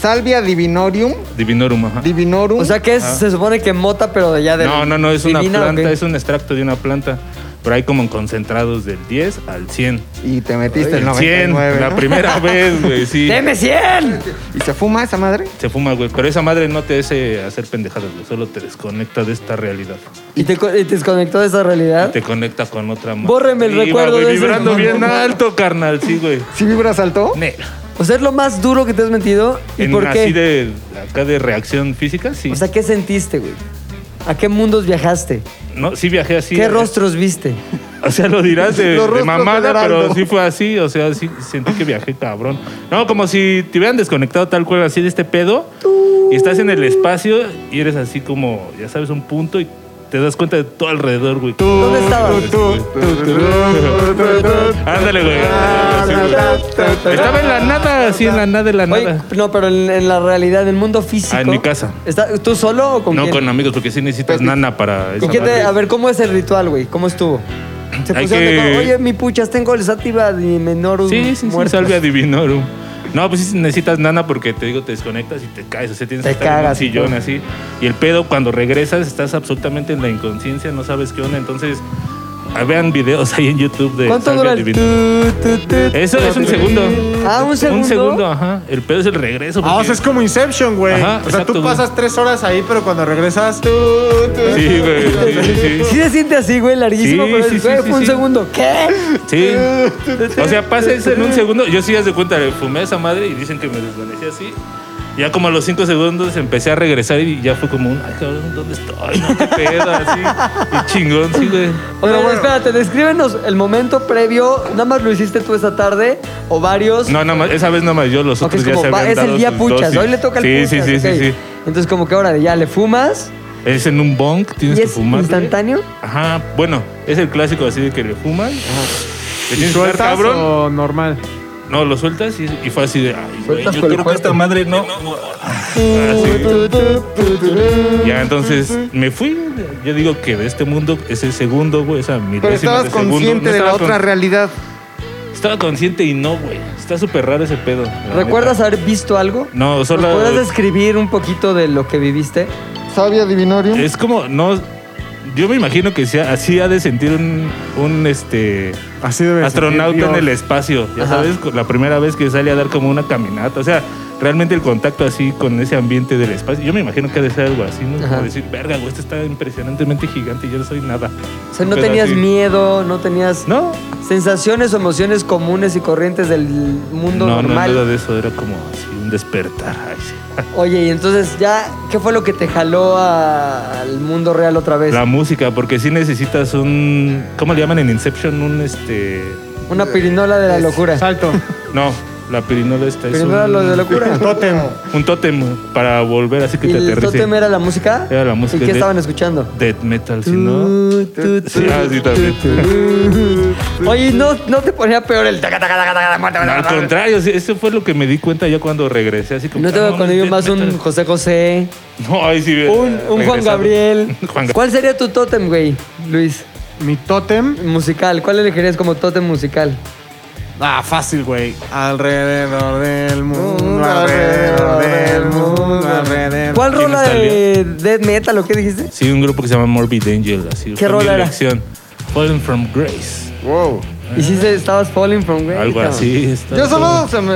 Salvia divinorium,
Divinorum, ajá.
divinorum.
O sea que es- se supone que mota, pero de ya de.
Ah. No, no, no, es una
divina, ¿o
planta,
qué?
es un extracto de una planta. Pero hay como en concentrados del 10 al 100.
y te metiste el
El 100,
99,
la
¿no?
primera vez, güey, sí.
¡Deme 100!
¿Y se fuma esa madre?
Se fuma, güey. Pero esa madre no te hace hacer pendejadas, güey. Solo te desconecta de esta realidad.
Y te, co- y te desconectó de esa realidad.
Te conecta con otra madre.
¿Ah? Bórreme el recuerdo de
güey,
ese
Vibrando
momento.
bien alto, carnal, sí, güey.
¿Sí vibra saltó?
Ne-
O sea, es lo más duro que te has metido. ¿Y
En
por qué?
así de acá de reacción física, sí.
O sea, ¿qué sentiste, güey? ¿A qué mundos viajaste?
no, sí viajé así.
¿Qué
eh,
rostros viste?
O sea, lo dirás de, de
Los rostros del
mamada,
heraldo.
pero sí fue así. O sea, sí sentí que viajé cabrón. No, como si te hubieran desconectado tal cual así de este pedo. Y estás en el espacio y eres así como, ya sabes, un punto y te das cuenta de todo alrededor, güey.
¿Dónde estabas?
Ándale, güey. Estaba en la nada, así en la nada de la
Oye,
nada.
no, pero en, en la realidad, en el mundo físico.
Ah, en mi casa.
¿Está- ¿Tú solo o con
No
quién?
con amigos, porque sí
Pues,
necesitas nana para
¿Y
esa
qué te-
madre.
a ver, ¿cómo es el ritual, güey? ¿Cómo estuvo? Se
Hay
pusieron de
que-
acuerdo, Oye, mi puchas, tengo el sativa de menor
Sí, sí, sí,
muerto".
salvia divinorum. No, pues sí necesitas nana porque te digo, te desconectas y te caes. O sea, tienes
Te
que estar en un
cagas y
sillón
todo.
así. Y el pedo, cuando regresas, estás absolutamente en la inconsciencia, no sabes qué onda. Entonces, ah, vean videos ahí en YouTube de
¿Cuánto
salvia
dura el
divinorum.
tu, tu, tu, tu?
Eso es un segundo.
Ah, ¿un segundo?
Un segundo, ajá. El pedo es el regreso.
Ah, o sea,
porque-
es como Inception, güey.
Ajá,
o sea,
exacto,
tú
güey.
pasas tres horas ahí, pero cuando regresas, tú.
Sí, güey. sí, sí, sí.
Sí se siente así, güey, larguísimo,
Sí,
pero
sí,
el
sí,
güey,
sí,
fue un
sí.
segundo. ¿Qué?
Sí. O sea, pasa eso en un segundo. Yo sí, haz de cuenta, fumé esa madre y dicen que me desvanecí así. Ya como a los cinco segundos empecé a regresar y ya fue como un, ay, cabrón, ¿dónde estoy? No, qué pedo, así. Y chingón, sí, güey.
Oye, bueno, espérate, descríbenos el momento previo. ¿Nada más lo hiciste tú esa tarde o varios?
No, nada más, esa vez nada más yo, los
Ok,
otros
es
ya
como,
se
va-
habían
es
dado
el día
sus
puchas,
dosis.
hoy le toca el
sí,
puchas.
Sí, sí,
ok.
sí, sí.
Entonces, como que ahora ya le fumas
Es en un bong, tienes
y
que
es
fumar.
instantáneo.
Ajá, bueno, es el clásico así de que le fuman. Le
¿Y
tienes que dar,
sueltas
cabrón.
o normal?
No, lo sueltas y, y fue así de, ay, güey, yo
Sueltas con el
creo que esta madre no.
Ah,
Así. Ya entonces me fui. Yo digo que de este mundo es el segundo, güey. Esa
Pero
milésima
estabas
de segundo.
consciente
No
de la
estaba
otra
con-
realidad.
Estaba consciente y no, güey. Está súper raro ese pedo. la
¿Recuerdas
neta.
haber visto algo?
No,
¿Nos
solo.
podrías describir un poquito de lo que viviste?
Sabia divinorium.
Es como, no. Yo me imagino que sea- así ha de sentir un, un este
Así debe
astronauta en el espacio. Ya
Ajá.
sabes, con- la primera vez que sale a dar como una caminata. O sea, realmente el contacto así con ese ambiente del espacio. Yo me imagino que ha de ser algo así, ¿no?
Ajá.
Como decir, verga, güey, esto está impresionantemente gigante y yo no soy nada.
O sea, no
Pero
tenías
así-
miedo, no tenías
No,
sensaciones o emociones comunes y corrientes del mundo
no, no,
normal.
nada de eso. Era como así un despertar. Ay, sí.
Oye, y entonces ya, ¿qué fue lo que te jaló a- al mundo real otra vez?
La música, porque sí necesitas un. ¿Cómo le llaman en Inception? Un este.
Una pirinola de la locura.
Salto.
No, La pirinola esta es
Primero
un,
lo de locura.
Tótem.
un tótem para volver, así que
¿Y
te
el
aterrice.
tótem era la música?
Era la música
¿Y qué
de-
estaban escuchando?
Death metal, si no. Sí, ah, sí, también.
Oye, ¿no, no te ponía peor el taca, taca, taca, taca, muerte,
No, al
muerte, muerte?
contrario, sí, eso fue lo que me di cuenta ya cuando regresé. Así como,
No te
ah,
voy a poner
mames,
más
death
un
metal.
José José,
No, ahí sí. eh,
un, un Juan
regresando.
Gabriel.
Juan Gabriel.
¿Cuál sería tu tótem, güey, Luis?
Mi tótem.
Musical. ¿Cuál elegirías como tótem musical?
Ah, fácil, güey. Alrededor del mundo,
Mundo,
alrededor del mundo, alrededor.
¿Cuál
¿quién
rola
salió?
de Dead Metal o qué dijiste?
Sí, un grupo que se llama Morbid Angel. Así, fue mi
rola era?
elección. Fallen from Grace.
Wow.
Y si se- estabas falling from grace.
Algo
cabrón.
así. está
Yo solo
todo.
se me,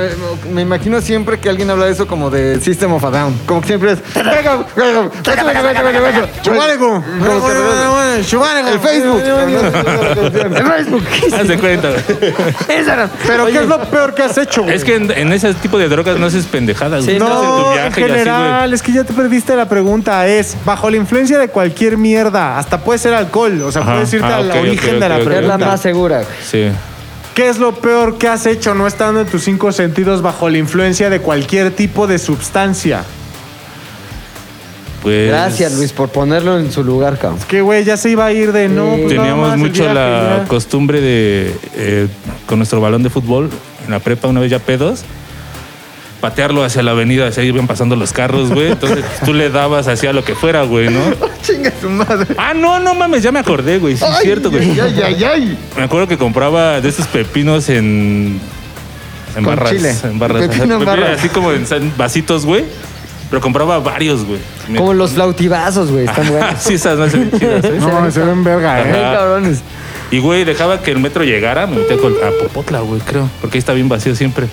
me imagino siempre que alguien habla de eso como de System of a Down. Como que siempre es.
Chubareco.
Como que-
Chubareco.
El Facebook. El Facebook.
Haz de cuenta. güey.
Pero ¿qué es lo peor que has hecho, güey?
es que en, en ese tipo de drogas no haces pendejadas.
Sí,
güey. Estás en tu
No, en
viaje y así, güey.
general, es que ya te perdiste la pregunta. Es bajo la influencia de cualquier mierda, hasta puede ser alcohol. O sea,
Ajá,
puedes irte
ah,
al
ok, ok,
origen de
ok,
la
ok.
Es la
pregunta.
más segura. güey.
Sí.
¿Qué es lo peor que has hecho no estando en tus cinco sentidos bajo la influencia de cualquier tipo de sustancia?
Pues,
Gracias, Luis, por ponerlo en su lugar, cabrón.
Que güey, ya se iba a ir de no. pues, nada
Teníamos
más el
mucho
viaje,
la
ya.
costumbre de, eh, con nuestro balón de fútbol, en la prepa, una vez ya pedos, patearlo hacia la avenida, hacia ahí iban pasando los carros, güey. Entonces pues, tú le dabas hacia lo que fuera, güey, ¿no?
Oh, Chinga su madre.
Ah, no, no mames, ya me acordé, güey. Sí, es
Ay,
cierto, güey.
Ay, ay, ay.
Me acuerdo que compraba de esos pepinos en. En
Con
barras.
chile.
En barras.
Pepino en
Pepino
barras.
Así como en san- vasitos, güey. Pero compraba varios, güey. Me-
Como los flautivazos, güey. Están buenos.
sí, esas no se ven chidas, ¿eh?
No, se ven verga,
Bien
eh.
Ajá.
cabrones.
Y, güey, dejaba que el metro llegara, me metía con, a Popotla, güey, creo. Porque ahí está bien vacío siempre.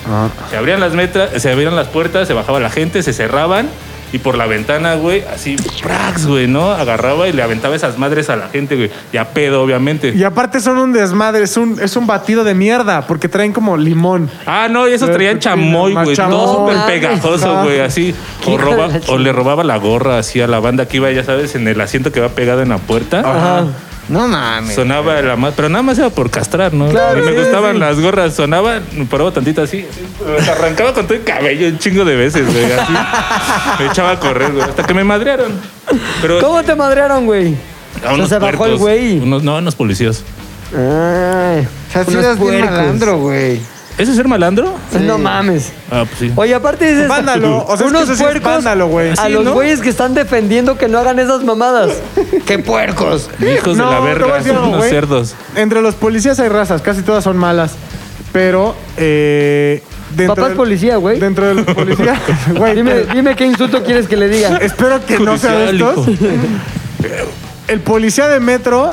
Se abrían las metras, se abrían las puertas, se bajaba la gente, se cerraban. Y por la ventana, güey, así, prax, güey, ¿no? Agarraba y le aventaba esas madres a la gente, güey. Ya pedo, obviamente.
Y aparte son un desmadre, es un, es un batido de mierda, porque traen como limón.
Ah, no, y esos traían chamoy, güey. Todo
Chamoy.
súper pegajoso,
Ah.
güey. Así.
Hijo de
O, roba-
la
o
chingada.
le robaba la gorra así a la banda que iba, ya sabes, en el asiento que va pegado en la puerta.
No mames.
Sonaba la más, pero nada más era por castrar, ¿no?
Claro,
y me
sí,
gustaban
sí.
las gorras, sonaba, me paraba tantito así, me arrancaba con todo el cabello un chingo de veces, güey, así. Me echaba a correr, güey, hasta que me madrearon. Pero
¿Cómo te madrearon, güey?
a
O sea,
unos
se bajó el
puercos,
güey.
unos- no, unos policías.
Ay,
O sea, si
unos
eras bien
puercos.
malandro, güey.
¿Eso es ser malandro?
No mames.
Ah, pues sí.
Oye, aparte dices.
Vándalo, o sea, es que
unos
eso sí es
puercos
vándalo, güey.
A
Sí,
los
¿no?
güeyes que están defendiendo que no hagan esas mamadas. ¡Qué puercos!
Hijos de la
te voy a
verga,
decir
son
algo,
unos
güey.
cerdos.
Entre los policías hay razas, casi todas son malas. Pero, eh. Dentro
Papá es
del-
policía, güey.
Dentro de los policías, güey.
Dime,
pero-
dime qué insulto quieres que le diga.
Espero que no sea de
Judicial,
estos. El policía de metro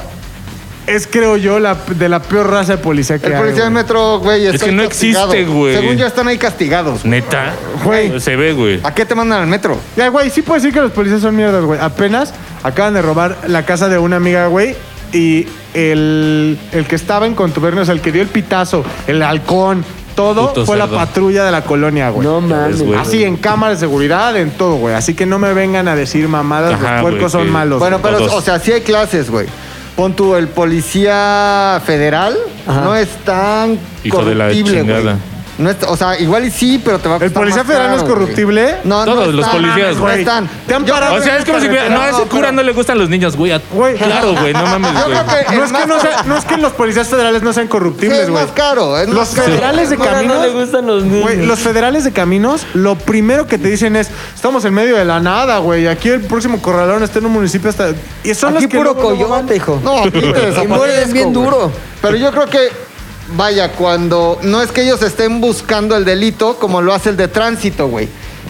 es, creo yo, la, de la peor raza de policía que
El
hay,
policía del
güey.
metro, güey,
Es
está
que no
ahí castigado.
existe, güey.
Según yo, están ahí castigados. güey.
Neta.
Güey.
Se ve, güey.
¿A qué te mandan al metro?
Ya, güey, sí puedo decir que los policías son mierdas, güey. Apenas acaban de robar la casa de una amiga, güey. Y el, el que estaba en contubernio, o sea, el que dio el pitazo, el halcón, todo,
Puto
fue
cerdo.
la patrulla de la colonia, güey.
No mames.
ves, güey.
Así en cámara de seguridad, en todo, güey. Así que no me vengan a decir mamadas,
Ajá,
los puercos
güey,
son
sí.
malos.
Bueno, pero,
Todos.
o sea, sí hay clases, güey. Pon tú, el policía federal
Ajá.
no es tan
Hijo de la
corruptible, güey.
chingada.
No es- o sea, igual y sí, pero te va a
¿El
costar
policía
más
federal no es
caro, güey.
corruptible?
No,
Todos
no
los
están,
policías,
no
güey.
están.
Te han
Yo-
parado
O sea, es como si
carretera,
no, a ese
no,
cura
pero-
no le gustan los niños, güey. a-
Güey.
Claro, güey, no mames,
Yo
güey.
creo que
No es, que
más
no, sea-
caro.
no es que los policías federales no sean
Sí,
corruptibles,
es
güey.
más caro. es
Los
más caro.
federales de
No, no,
caminos.
no le gustan los niños.
Güey, los federales de caminos, lo primero que te dicen es: estamos en medio de la nada, güey. Aquí el próximo corralón está en un municipio hasta. Y son
Aquí
los que
puro
luego, luego van.
coyote, hijo.
No, aquí te
Y mueres
desaparezco,
bien
güey.
duro.
Pero yo creo que, vaya, cuando no es que ellos estén buscando el delito como lo hace el de tránsito, güey.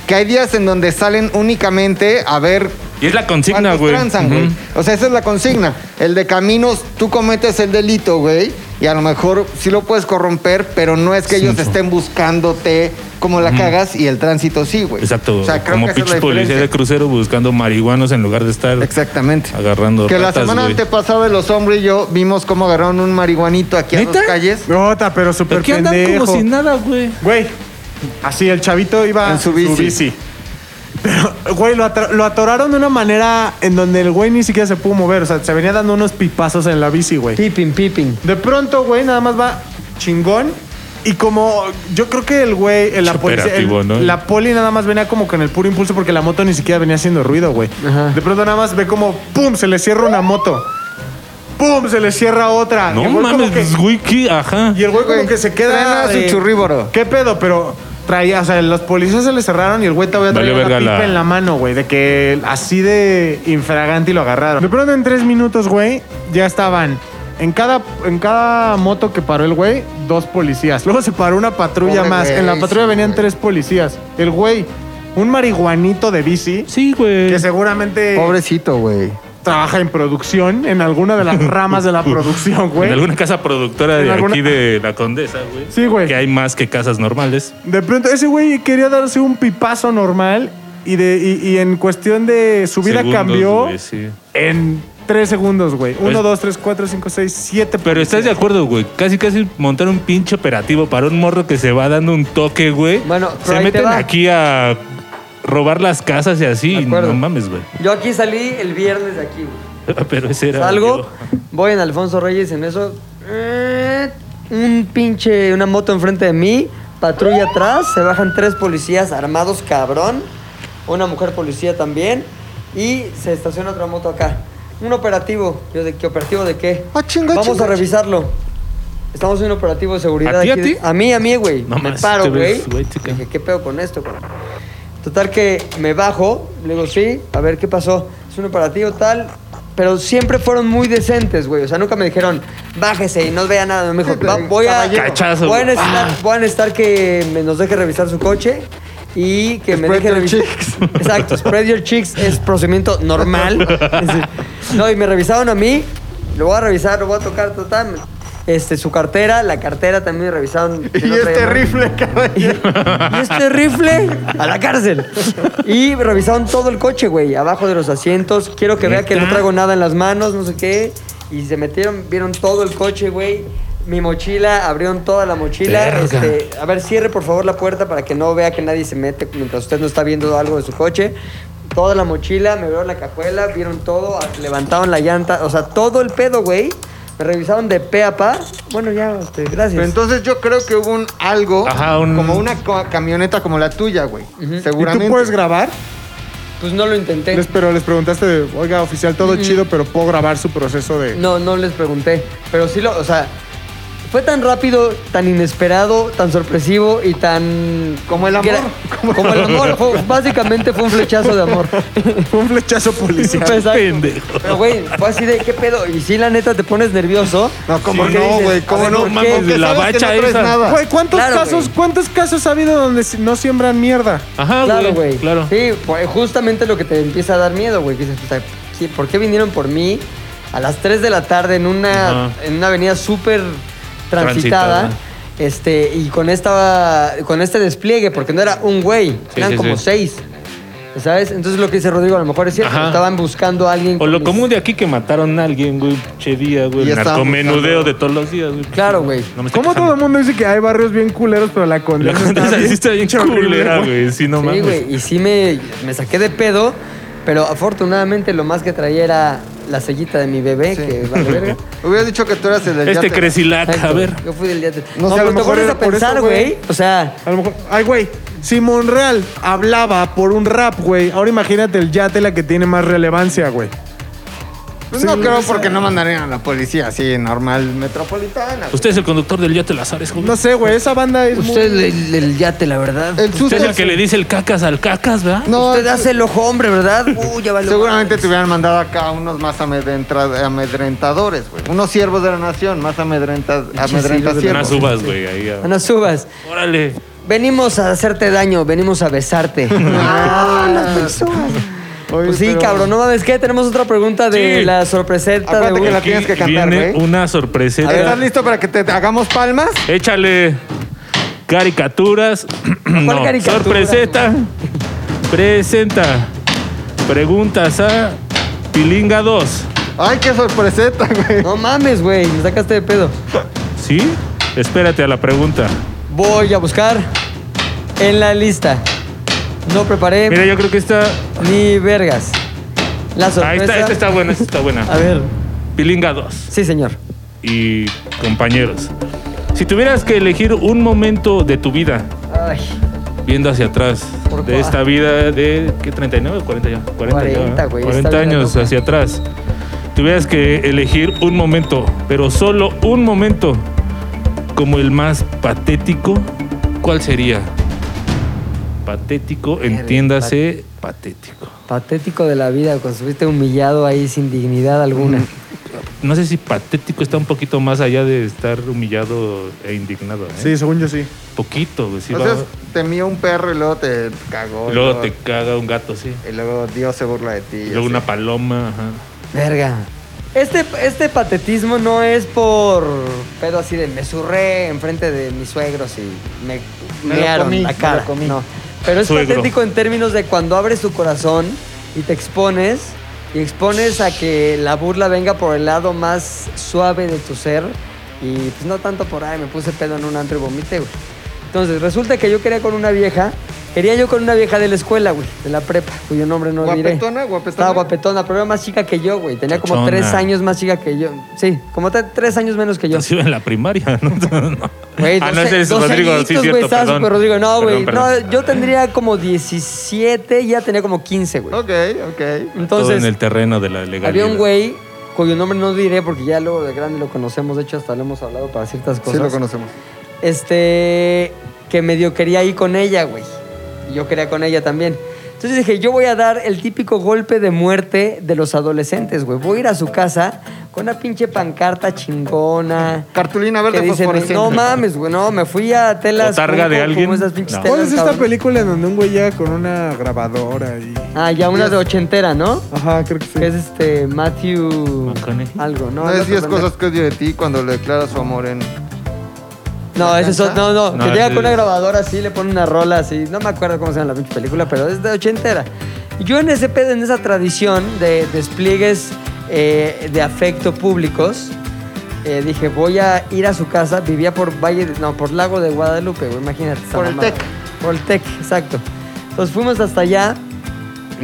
Que hay días en donde salen únicamente a ver
Y es la consigna,
cuántos
güey.
transan, güey.
Ujú.
O sea, esa es la consigna. El de caminos, tú cometes el delito, güey. Y a lo mejor sí lo puedes corromper, pero no es que ellos estén buscándote como la cagas y el tránsito sí, güey.
Exacto.
O sea, creo
como
que esa es
pinche
la
policía de
diferencia.
crucero buscando marihuanos en lugar de estar
Exactamente.
agarrando
Que la
ratas,
semana
güey.
antepasada los hombres y yo vimos cómo agarraron un marihuanito aquí a dos
¿Neta?
calles.
Nota, pero súper
¿Por qué andan
pendejo.
como si nada, güey?
Güey, así el chavito iba
En su bici.
Pero, güey, lo, atra- lo atoraron de una manera en donde el güey ni siquiera se pudo mover. O sea, se venía dando unos pipazos en la bici, güey.
Pipin, pipin.
De pronto, güey, nada más va chingón Y como yo creo que el güey, el- la
Mucho
policía- el-
operativo, ¿no?
la poli nada más venía como con el puro impulso porque la moto ni siquiera venía haciendo ruido, güey.
Ajá.
De pronto nada más ve como pum, se le cierra una moto. Pum, se le cierra otra. Y
No
el güey como
mames,
que-
pues, güey, ¿qué? Ajá.
y el güey como que se queda.
Frena su
de,
churríboro.
¿Qué pedo? Pero traía, o sea, los policías se le cerraron y el güey todavía traía
Valió
una
verga
pipa
la-
en la mano, güey. De que así de infragante y lo agarraron. De pronto en tres minutos, güey, ya estaban. En cada, en cada moto que paró el güey, dos policías. Luego se paró una patrulla
Pobre
más.
güey,
en la patrulla
sí,
venían
güey.
tres policías. El güey, un marihuanito de bici,
Sí, güey.
que seguramente
Pobrecito, güey.
trabaja en producción, en alguna de las ramas de la producción, güey.
En alguna casa productora
En
de
alguna-
aquí de la Condesa, güey.
Sí, güey.
Que hay más que casas normales.
De pronto, ese güey quería darse un pipazo normal y, de, y, y en cuestión de su vida
Segundos,
cambió
güey, sí.
en tres segundos, güey. Uno,
Pues-
dos, tres, cuatro, cinco, seis, siete.
Pero estás de acuerdo, güey. Casi, casi montar un pinche operativo para un morro que se va dando un toque, güey.
Bueno, pero
se
ahí te
meten
va.
aquí a robar las casas y así.
De
y
acuerdo.
No mames, güey.
Yo aquí salí el viernes de aquí. güey.
Pero ese era.
Salgo,
yo.
voy en Alfonso Reyes en eso. eh, Un pinche, una moto enfrente de mí, patrulla atrás, se bajan tres policías armados, cabrón. Una mujer policía también. Y se estaciona otra moto acá. Un operativo. Yo de qué operativo de qué?
Ah, chinga,
Vamos
chinga,
a revisarlo. Estamos en un operativo de seguridad
¿A ti,
aquí
a
de-
ti?
a mí, a mí, güey.
No
me
mames,
paro,
te
güey.
ves, güey, chica.
Dije, ¿qué pedo con esto, güey? Total que me bajo, le digo, sí, a ver qué pasó. Es un operativo tal, pero siempre fueron muy decentes, güey. O sea, nunca me dijeron, bájese y no vea nada. Me dijo, "Va- voy a...
caballero.
Cachazo,
voy a
güey.
necesitar, voy a necesitar que me- nos deje revisar su coche y que me
Spread
deje
your
revisar...
cheeks.
Exacto, spread your cheeks es procedimiento normal. Sí. No, y me revisaron a mí, lo voy a revisar, lo voy a tocar total. Este, su cartera, la cartera también me revisaron. que
Y
no traía
este
nada.
rifle, caballero.
Y este rifle a la cárcel. Y revisaron todo el coche, güey, abajo de los asientos. Quiero que vea que no traigo nada en las manos, no sé qué. Y se metieron, vieron todo el coche, güey. Mi mochila, abrieron toda la mochila. Este, a ver, cierre por favor la puerta para que no vea que nadie se mete mientras usted no está viendo algo de su coche. Toda la mochila, me vieron la cajuela, vieron todo, a- levantaron la llanta, o sea, todo el pedo, güey. Me revisaron de pe a pa. Bueno, ya, este, gracias.
Pero entonces yo creo que hubo un algo,
Ajá, un-
como una co- camioneta como la tuya, güey.
¿Y
Seguramente.
tú puedes grabar?
pues no lo intenté.
Les- pero les preguntaste, de, oiga, oficial, todo
Mm.
chido, pero puedo grabar su proceso de.
No, no les pregunté. Pero sí lo, o sea, fue tan rápido, tan inesperado, tan sorpresivo y tan.
Como el amor.
Como, el amor. Fue- básicamente fue un flechazo de amor.
Fue un flechazo policial.
Exacto.
pendejo.
Pero, güey, fue así de qué pedo. Y sí, la neta, te pones nervioso.
No, como
Sí. ¿Qué
no,
dices?
güey.
A
Como
ver,
no,
¿por qué?
mames,
De la bacha
no traes
esa.
nada.
Güey, ¿cuántos,
Claro,
casos,
güey.
¿cuántos casos ha habido donde si- no siembran mierda?
Ajá,
Claro, güey.
Ah, Claro.
Sí, pues, justamente lo que te empieza a dar miedo, güey. que dices, puta, ¿qué- ¿Por qué vinieron por mí a las 3 de la tarde en una,
Ajá.
en una avenida súper transitada?
Transitada.
Este, y con esta con este despliegue, porque no era un güey,
Sí,
eran
sí,
como
sí.
seis. ¿Sabes? Entonces lo que dice Rodrigo, a lo mejor es cierto,
Ajá.
estaban buscando a alguien.
O
con
lo
mis-
común de aquí que mataron a alguien, güey. Che día, güey.
Y estaban
Narcomenudeo
buscando-
de todos los días, güey.
Claro, güey.
No me estoy
¿Cómo todo
quejando.
el mundo dice que hay barrios bien culeros, pero la
La
condesa está
condesa sí está bien
horrible,
culera,
güey?
güey. Sí, no
Sí,
mames.
güey, pues y sí me, me saqué de pedo, pero afortunadamente lo más que traía era la sellita de mi bebé, que vale verga.
Hubieras dicho que tú eras el del
Este
yate.
crecilac, a
Exacto.
ver.
Yo fui del día de...
No sé,
pero
a lo
te
mejor
pones
era
a
por eso,
pensar,
güey.
güey. O sea,
A lo mejor. Ay, güey. Si Monreal hablaba por un rap, güey. Ahora imagínate el yate la que tiene más relevancia, güey.
Pues no creo porque no mandarían a la policía así, normal, metropolitana.
Usted es el conductor del Yate Lazares, joven.
No sé, güey. Esa banda es. muy- Eh,
usted el, el- el yate, la verdad.
El susto
Usted es el
es-
que le dice el cacas al cacas, ¿verdad?
No,
usted hace el ojo hombre, ¿verdad? Uy, ya valió.
seguramente te hubieran mandado acá unos más amedrentra- amedrentadores, güey. Unos siervos de la nación, más amedrenta, amedrenta
siervos de la
Unas
siervos.
uvas, güey. Ahí, a-
No subas.
Órale.
Venimos a hacerte daño, venimos a besarte. ah, las personas.
Oye,
Pues sí,
pero-
cabrón, no mames, ¿qué? Tenemos otra pregunta de
Sí.
la sorpreseta
Acuérdate
de
que la
Uy.
Aquí
tienes que cantar,
viene
güey.
una
A ver,
sorpreseta.
¿Estás listo para que te hagamos palmas?
Échale caricaturas. no,
caricatura,
sorpreseta. Presenta preguntas a Pilinga 2.
Ay, qué sorpreseta, güey.
No mames, güey, me sacaste de pedo.
¿Sí? Espérate a la pregunta.
Voy a buscar en la lista. No preparé
Mira, yo creo que esta.
ni vergas. La sorpresa.
Ahí está, esta está buena, esta está
A
buena.
ver.
Pilinga 2
Sí, señor.
y compañeros. Si tuvieras que elegir un momento de tu vida,
Ay,
viendo hacia atrás,
¿Por
de
cuál?
esta vida de, ¿qué? ¿39 o 40 ya? 40, ya,
40,
¿eh?
güey,
40
esta vida
años
loca.
hacia atrás. Tuvieras que elegir un momento, pero solo un momento, como el más patético, ¿cuál sería? Patético, entiéndase, patético.
patético de la vida, cuando estuviste humillado ahí sin dignidad alguna.
No sé si patético está un poquito más allá de estar humillado e indignado. ¿eh?
Sí, según yo sí.
Poquito, güey. sí
o
va-
sea, te mía un perro y luego te cagó.
y luego te caga un gato, sí.
y luego Dios se burla de ti.
Y luego
así.
una paloma, ajá.
Verga. Este, este patetismo no es por pedo así de me surré enfrente de mis suegros y me
Me lo
mearon
comí,
la
me lo
cara.
comí.
No. Pero es
Suegro.
patético en términos de cuando abres tu corazón y te expones y expones a que la burla venga por el lado más suave de tu ser y pues no tanto por ahí me puse pedo en un antro y vomité, güey. Entonces, resulta que yo quería con una vieja, quería yo con una vieja de la escuela, güey, de la prepa, cuyo nombre no diré.
¿Guapetona, guapetona?
Estaba guapetona, pero era más chica que yo, güey. Tenía como
Chachona.
tres años más chica que yo. Sí, como te- tres años menos que yo.
Entonces iba en la primaria, ¿no? No.
Güey,
ah, no,
doce-
ese es
doce
Rodrigo,
añitos,
sí,
güey,
cierto,
estaba
perdón.
súper Rodrigo. No, güey.
Perdón,
No,
perdón.
yo tendría como 17 y ya tenía como 15, güey.
Ok, ok.
Entonces,
Todo en el terreno de la legalidad.
había un güey cuyo nombre no diré porque ya luego de grande lo conocemos. De hecho, hasta lo hemos hablado para ciertas
Sí
cosas.
lo conocemos.
Este, que medio quería ir con ella, güey. Y yo quería con ella también. Entonces dije, yo voy a dar el típico golpe de muerte de los adolescentes, güey. Voy a ir a su casa con una pinche pancarta chingona.
Cartulina
que
verde
dice,
fosforescente.
no mames, güey, no, me fui a telas.
O targa
como-
de
como
alguien.
esas pinches
No.
telas,
¿Cuál es esta
cabrón.
película en donde un güey llega con una grabadora y.
Ah, ya una de ochentera, ¿no?
Ajá, creo que sí.
Que es este Matthew
McConaughey.
algo, ¿no?
No
el
es
otro
10
pendejo.
cosas que odio de ti cuando le declara su amor en.
No, ese es otro. No, no,
No,
que llega
ese
con una
es-
grabadora así, le pone una rola así. No me acuerdo cómo se llama la pinche película, pero es de ochentera. Y Yo en ese pedo, en esa tradición de despliegues eh, de afecto públicos, eh, dije, voy a ir a su casa. Vivía por Valle, de- no, por Lago de Guadalupe, güey, imagínate. esa
Por el
mamada.
Tec.
Por el Tec, exacto. Entonces fuimos hasta allá,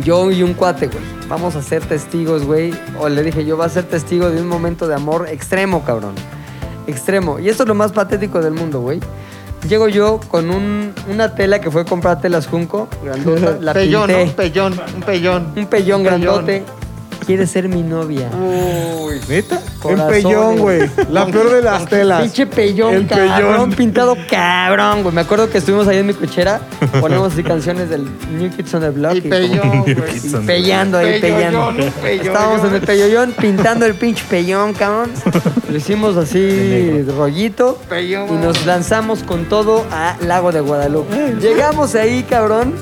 yo y un cuate, güey. Vamos a ser testigos, güey. O le dije, yo voy a ser testigo de un momento de amor extremo, cabrón. Extremo. Y esto es lo más patético del mundo, güey. Llego yo con un- una tela que fue comprar telas Junco, grandota, la
pellón, ¿no?
pinté.
Un pellón, un pellón.
Un pellón grandote. Quiere ser mi novia.
Uy.
¿Neta?
Corazones.
Un pellón, güey. La peor de las telas.
Pinche pellón,
El
cabrón,
pellón.
pintado cabrón, güey. Me acuerdo que estuvimos ahí en mi cochera, ponemos así canciones del New Kids on the Block.
Y pellón, güey.
y pellando ahí, pellando.
Pelloyón, pelloyón.
Estábamos en el pelloyón pintando el pinche pellón, cabrón. Lo hicimos así rollito
Pellón.
y nos lanzamos con todo a Lago de Guadalupe. Llegamos ahí, cabrón.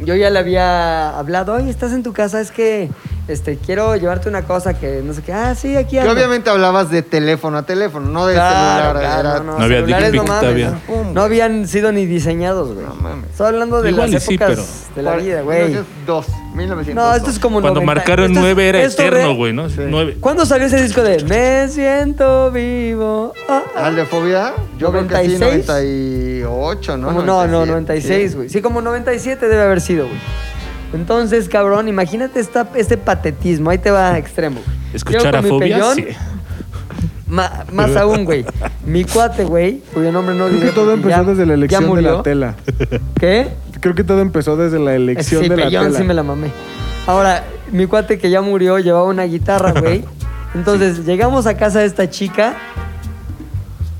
Yo ya le había hablado, oye, estás en tu casa, es que este, quiero llevarte una cosa que no sé qué. Ah, sí, aquí
Que
ando.
obviamente hablabas de teléfono a teléfono, no de
Claro,
celular.
claro,
era-
no,
No había
celulares
dick pic
no,
todavía.
mames, no. No habían sido ni diseñados, güey.
No mames.
Estoy hablando de
Igual y
las
sí,
épocas
pero-
de la vida, güey.
1902, 1902.
No, esto es como
Cuando
90.
marcaron
Esto es-
9 era
esto re-
eterno, güey, ¿no?
Sí.
9.
¿Cuándo salió ese disco de Me siento vivo? Ah, ah.
¿Al de fobia? Yo creo que
96.
sí, 98,
Ah,
¿no?
Como- no, no,
97,
96, güey. Sí, como 97 debe haber sido, güey. Entonces, cabrón, imagínate esta, este patetismo. Ahí te va a extremo. güey.
Escuchar
Llego
a
con mi
fobia.
pellón,
sí.
ma- más aún, güey. Mi cuate, güey, cuyo nombre no
Creo
diré
que todo
porque
empezó
ya-
desde la
ya
elección de
murió.
la tela.
¿Qué?
Creo que todo empezó desde la elección
Sí,
de la
pellón,
tela.
sí me la mamé. Ahora, mi cuate que ya murió llevaba una guitarra, güey. Entonces, llegamos a casa de esta chica.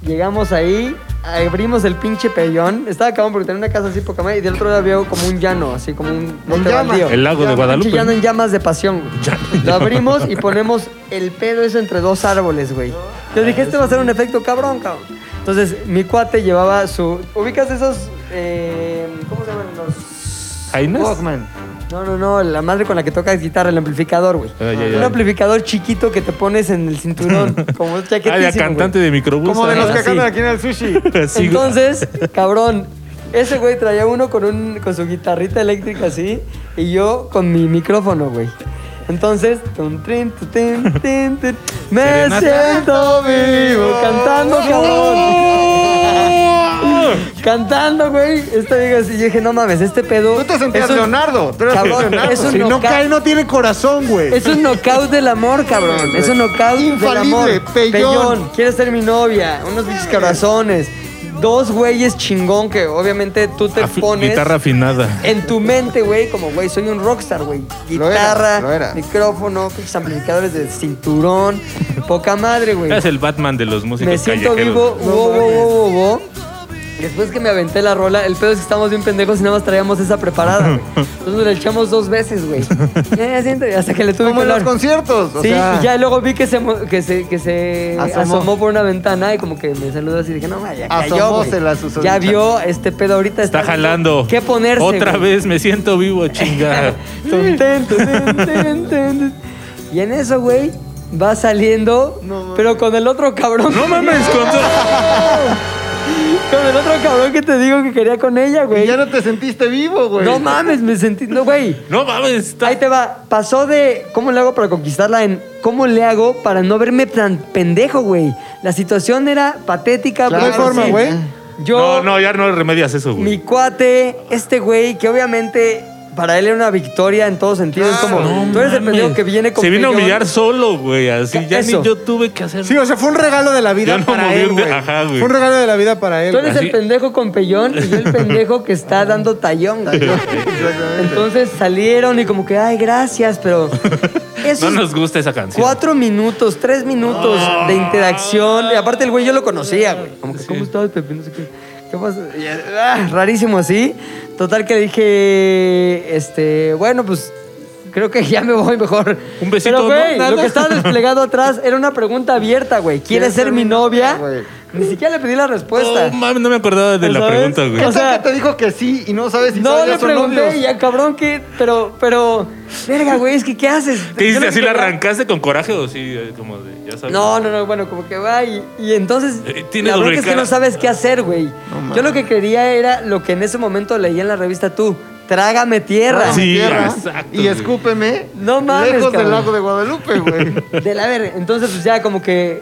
Llegamos ahí, abrimos el pinche pellón. Estaba acabado porque tenía una casa así poca madre. Y del otro lado había como un llano, así como un bote
llamas.
baldío.
El lago de
Pinche llano en
Guadalupe.
llamas de pasión, güey. Lo abrimos y ponemos el pedo eso entre dos árboles, güey. Yo dije, este va a ser un efecto cabrón, cabrón. Entonces, mi cuate llevaba su... ¿Ubicas esos... eh, ¿Cómo se llaman? Los...
¿Jainas?
Walkman.
No, no, no, la madre con la que tocas guitarra, el amplificador, güey.
Ah, ya,
Un
ya.
amplificador chiquito que te pones en el cinturón, como un
Ah, de cantante de microbús.
Como de
ah,
los que
sí.
cantan aquí en el sushi.
Sí, güey.
Entonces, cabrón, ese güey traía uno con, un, con su guitarrita eléctrica así y yo con mi micrófono, güey. Entonces, tun, trin, tu, tin, tin, tin. me
Serenata.
siento vivo cantando, cabrón. cantando, güey. Esta vieja así, yo dije, no mames, este pedo.
Tú te sentías
es un-
Leonardo. Tú eras
Cabrón,
Leonardo.
es un
Si no
knockout.
cae, no tiene corazón, güey.
Es un knockout del amor, cabrón. Es un knockout del
Infalible,
amor.
pellón.
Quieres ser mi novia. Unos bichos corazones. Dos güeyes chingón que obviamente tú te
Afi-
pones.
Guitarra afinada.
En tu mente, güey, como, güey, soy un rockstar, güey.
Lo era,
Guitarra,
lo era.
micrófono, pinches amplificadores de cinturón. Poca madre, güey.
Es el Batman de los músicos
Me siento vivo,
callejeros.
wo, wo, wo, wo, wo. Después que me aventé la rola, el pedo es que estábamos bien pendejos y nada más traíamos esa preparada, güey. Entonces le echamos dos veces, güey. Ya, ya siento, y hasta que le tuve
Como
que
en los
hablar.
conciertos. o
sí,
sea,
y ya luego vi que se, mo- que se, que se asomó.
Asomó.
por una ventana y como que me saludó así y dije, no, ma, ya cayó, güey.
Asomósela, Susodicha.
Ya vio este pedo ahorita.
Está jalando.
¿Qué ponerse,
Otra
güey?
vez me siento vivo, chinga.
Tun, tun, tun, tun, tun. Y en eso, güey, va saliendo, pero con el otro cabrón.
no mames, con
Con el otro cabrón que te digo que quería con ella,
y
güey.
ya no te sentiste vivo, güey.
No mames, me sentí. No, güey.
No mames, está-
Ahí te va. Pasó de cómo le hago para conquistarla en cómo le hago para no verme tan pendejo, güey. La situación era patética.
Claro,
güey.
no hay forma,
Sí.
güey.
Yo,
No, no, ya no remedias eso,
mi
güey.
cuate, este güey, que obviamente para él era una victoria en todos sentidos. Es como,
No
tú eres el
mames.
pendejo que viene con
Se vino a
pellón.
humillar solo, güey. Así
Ca-
ya
eso.
ni yo tuve que hacer.
Sí, o sea, fue un regalo de la vida
Ya no
para
moví
él,
un de-
güey.
ajá, güey.
Fue un regalo de la vida para él.
Tú eres
Así-
el pendejo con pellón y yo el pendejo que está dando tallón, güey. Entonces salieron y como que, ay, gracias, pero
No
esos
nos gusta esa canción.
cuatro minutos, tres minutos
Ah.
de interacción. Y aparte el güey yo lo conocía, güey. Como que, ¿cómo estás, Pepe? No sé qué. ¿Qué pasa? Y, ah, rarísimo así. Total que dije, este, bueno, pues... Creo que ya me voy mejor.
Un
Pero,
besito,
güey,
¿no?
lo que estaba desplegado atrás era una pregunta abierta, güey. ¿Quieres ser mi novia?
güey?
Ni siquiera le pedí la respuesta.
No mames, no me acordaba de la
¿Sabes?
pregunta, güey.
¿Qué
O
tal
sea,
que te dijo que sí y no sabes si
No
todavía
le
son
pregunté,
novios?
y ya cabrón, que. Pero, pero. Verga, güey, es que ¿qué haces?
¿Qué
Yo
hiciste?
le
¿Así
dije,
la
"Ah".
arrancaste con coraje o sí? eh, Como de, ya sabes.
No, no, no, bueno, como que va y, y entonces.
Eh, tienes
la bronca es
recara-
que no sabes qué hacer, güey. Yo lo que quería era lo que en ese momento leía en la revista tú: Trágame tierra.
Ah, Sí.
Tierra,
exacto,
y
güey.
escúpeme
No mames,
lejos
cabrón.
del lago de Guadalupe, güey.
De la ver, entonces pues ya como que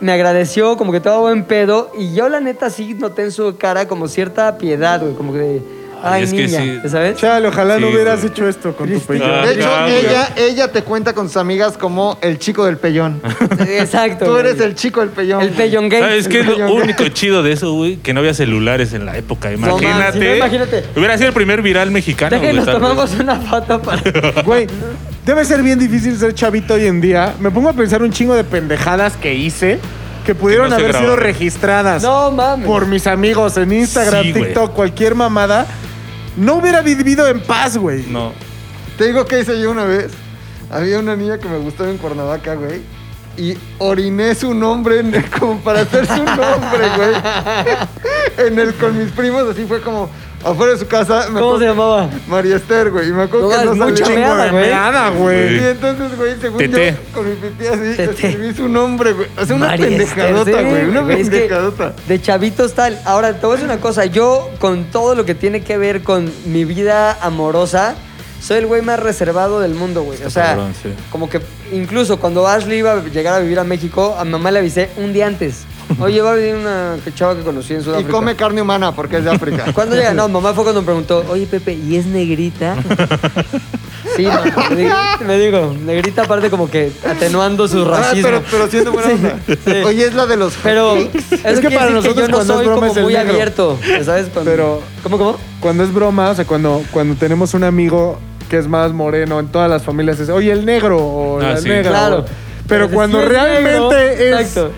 me agradeció, como que todo buen pedo. Y yo la neta sí noté en su cara como cierta piedad, güey, como que de. Ay,
Ay, es que
niña,
sí.
¿sabes?
Chale, ojalá no
Sí,
hubieras
güey.
hecho esto con tu
Triste.
pecho.
Ah,
De hecho,
claro, güey.
ella, ella te cuenta con sus amigas como el chico del pellón.
Exacto.
Tú
güey.
eres el chico del pellón.
El pellón gay.
¿Sabes qué Ah, es
El
lo
pellón gay.
único chido de eso, güey? Que no había celulares en la época.
mames, si
Imagínate.
no, imagínate.
Hubiera sido el primer viral mexicano,
Deja que
güey.
nos
tal vez.
tomamos una foto para.
Güey, debe ser bien difícil ser chavito hoy en día. Me pongo a pensar un chingo de pendejadas que hice que pudieron
Que no se
haber sido
grabaron.
registradas
No mames.
por mis amigos en Instagram,
Sí, güey.
TikTok, cualquier mamada. No hubiera vivido en paz, güey.
No.
Te digo que hice yo una vez. Había una niña que me gustaba en Cuernavaca, güey. Y oriné su nombre en el- como para hacer su nombre, güey. en el con mis primos, así fue como afuera de su casa. me
¿Cómo
acuerdo-
se llamaba?
María Esther, güey. Y me acuerdo
No,
que
es
no
mucha
sabía.
mea-
Chingo de
güey.
meada,
Y
güey.
entonces, güey, según
Teté.
yo, con mi pipí así,
Teté.
escribí su nombre, güey. O sea, una
María
pendejadota,
Esther,
güey. Una
es que
pendejadota.
de chavitos tal. Ahora, te voy a decir una cosa. Yo, con todo lo que tiene que ver con mi vida amorosa, soy el güey más reservado del mundo, güey. O sea,
cabrón, sí.
como que incluso cuando Ashley iba a llegar a vivir a México, a mi mamá le avisé un día antes. Oye, va a venir una chava que conocí en
Y
Sudáfrica.
come carne humana porque es de África.
¿Cuándo llega? No, mamá fue cuando me preguntó, oye Pepe, ¿y es negrita? Sí, mamá, me digo, me digo, negrita aparte como que atenuando su
Ah,
racismo.
pero, pero siendo buena onda.
sí.
Oye, es la de los
Pero
hotcakes.
es que para nosotros yo no
cuando es
soy
broma
como
es el
muy
negro.
abierto, ¿sabes? Cuando-
Pero-
¿Cómo, cómo?
Cuando es broma, o sea, cuando, cuando tenemos un amigo que es más moreno, en todas las familias es, oye, el negro o
Ah,
la
sí.
negra.
Claro.
o- Pero
si
cuando
es
realmente
negro,
es
Exacto.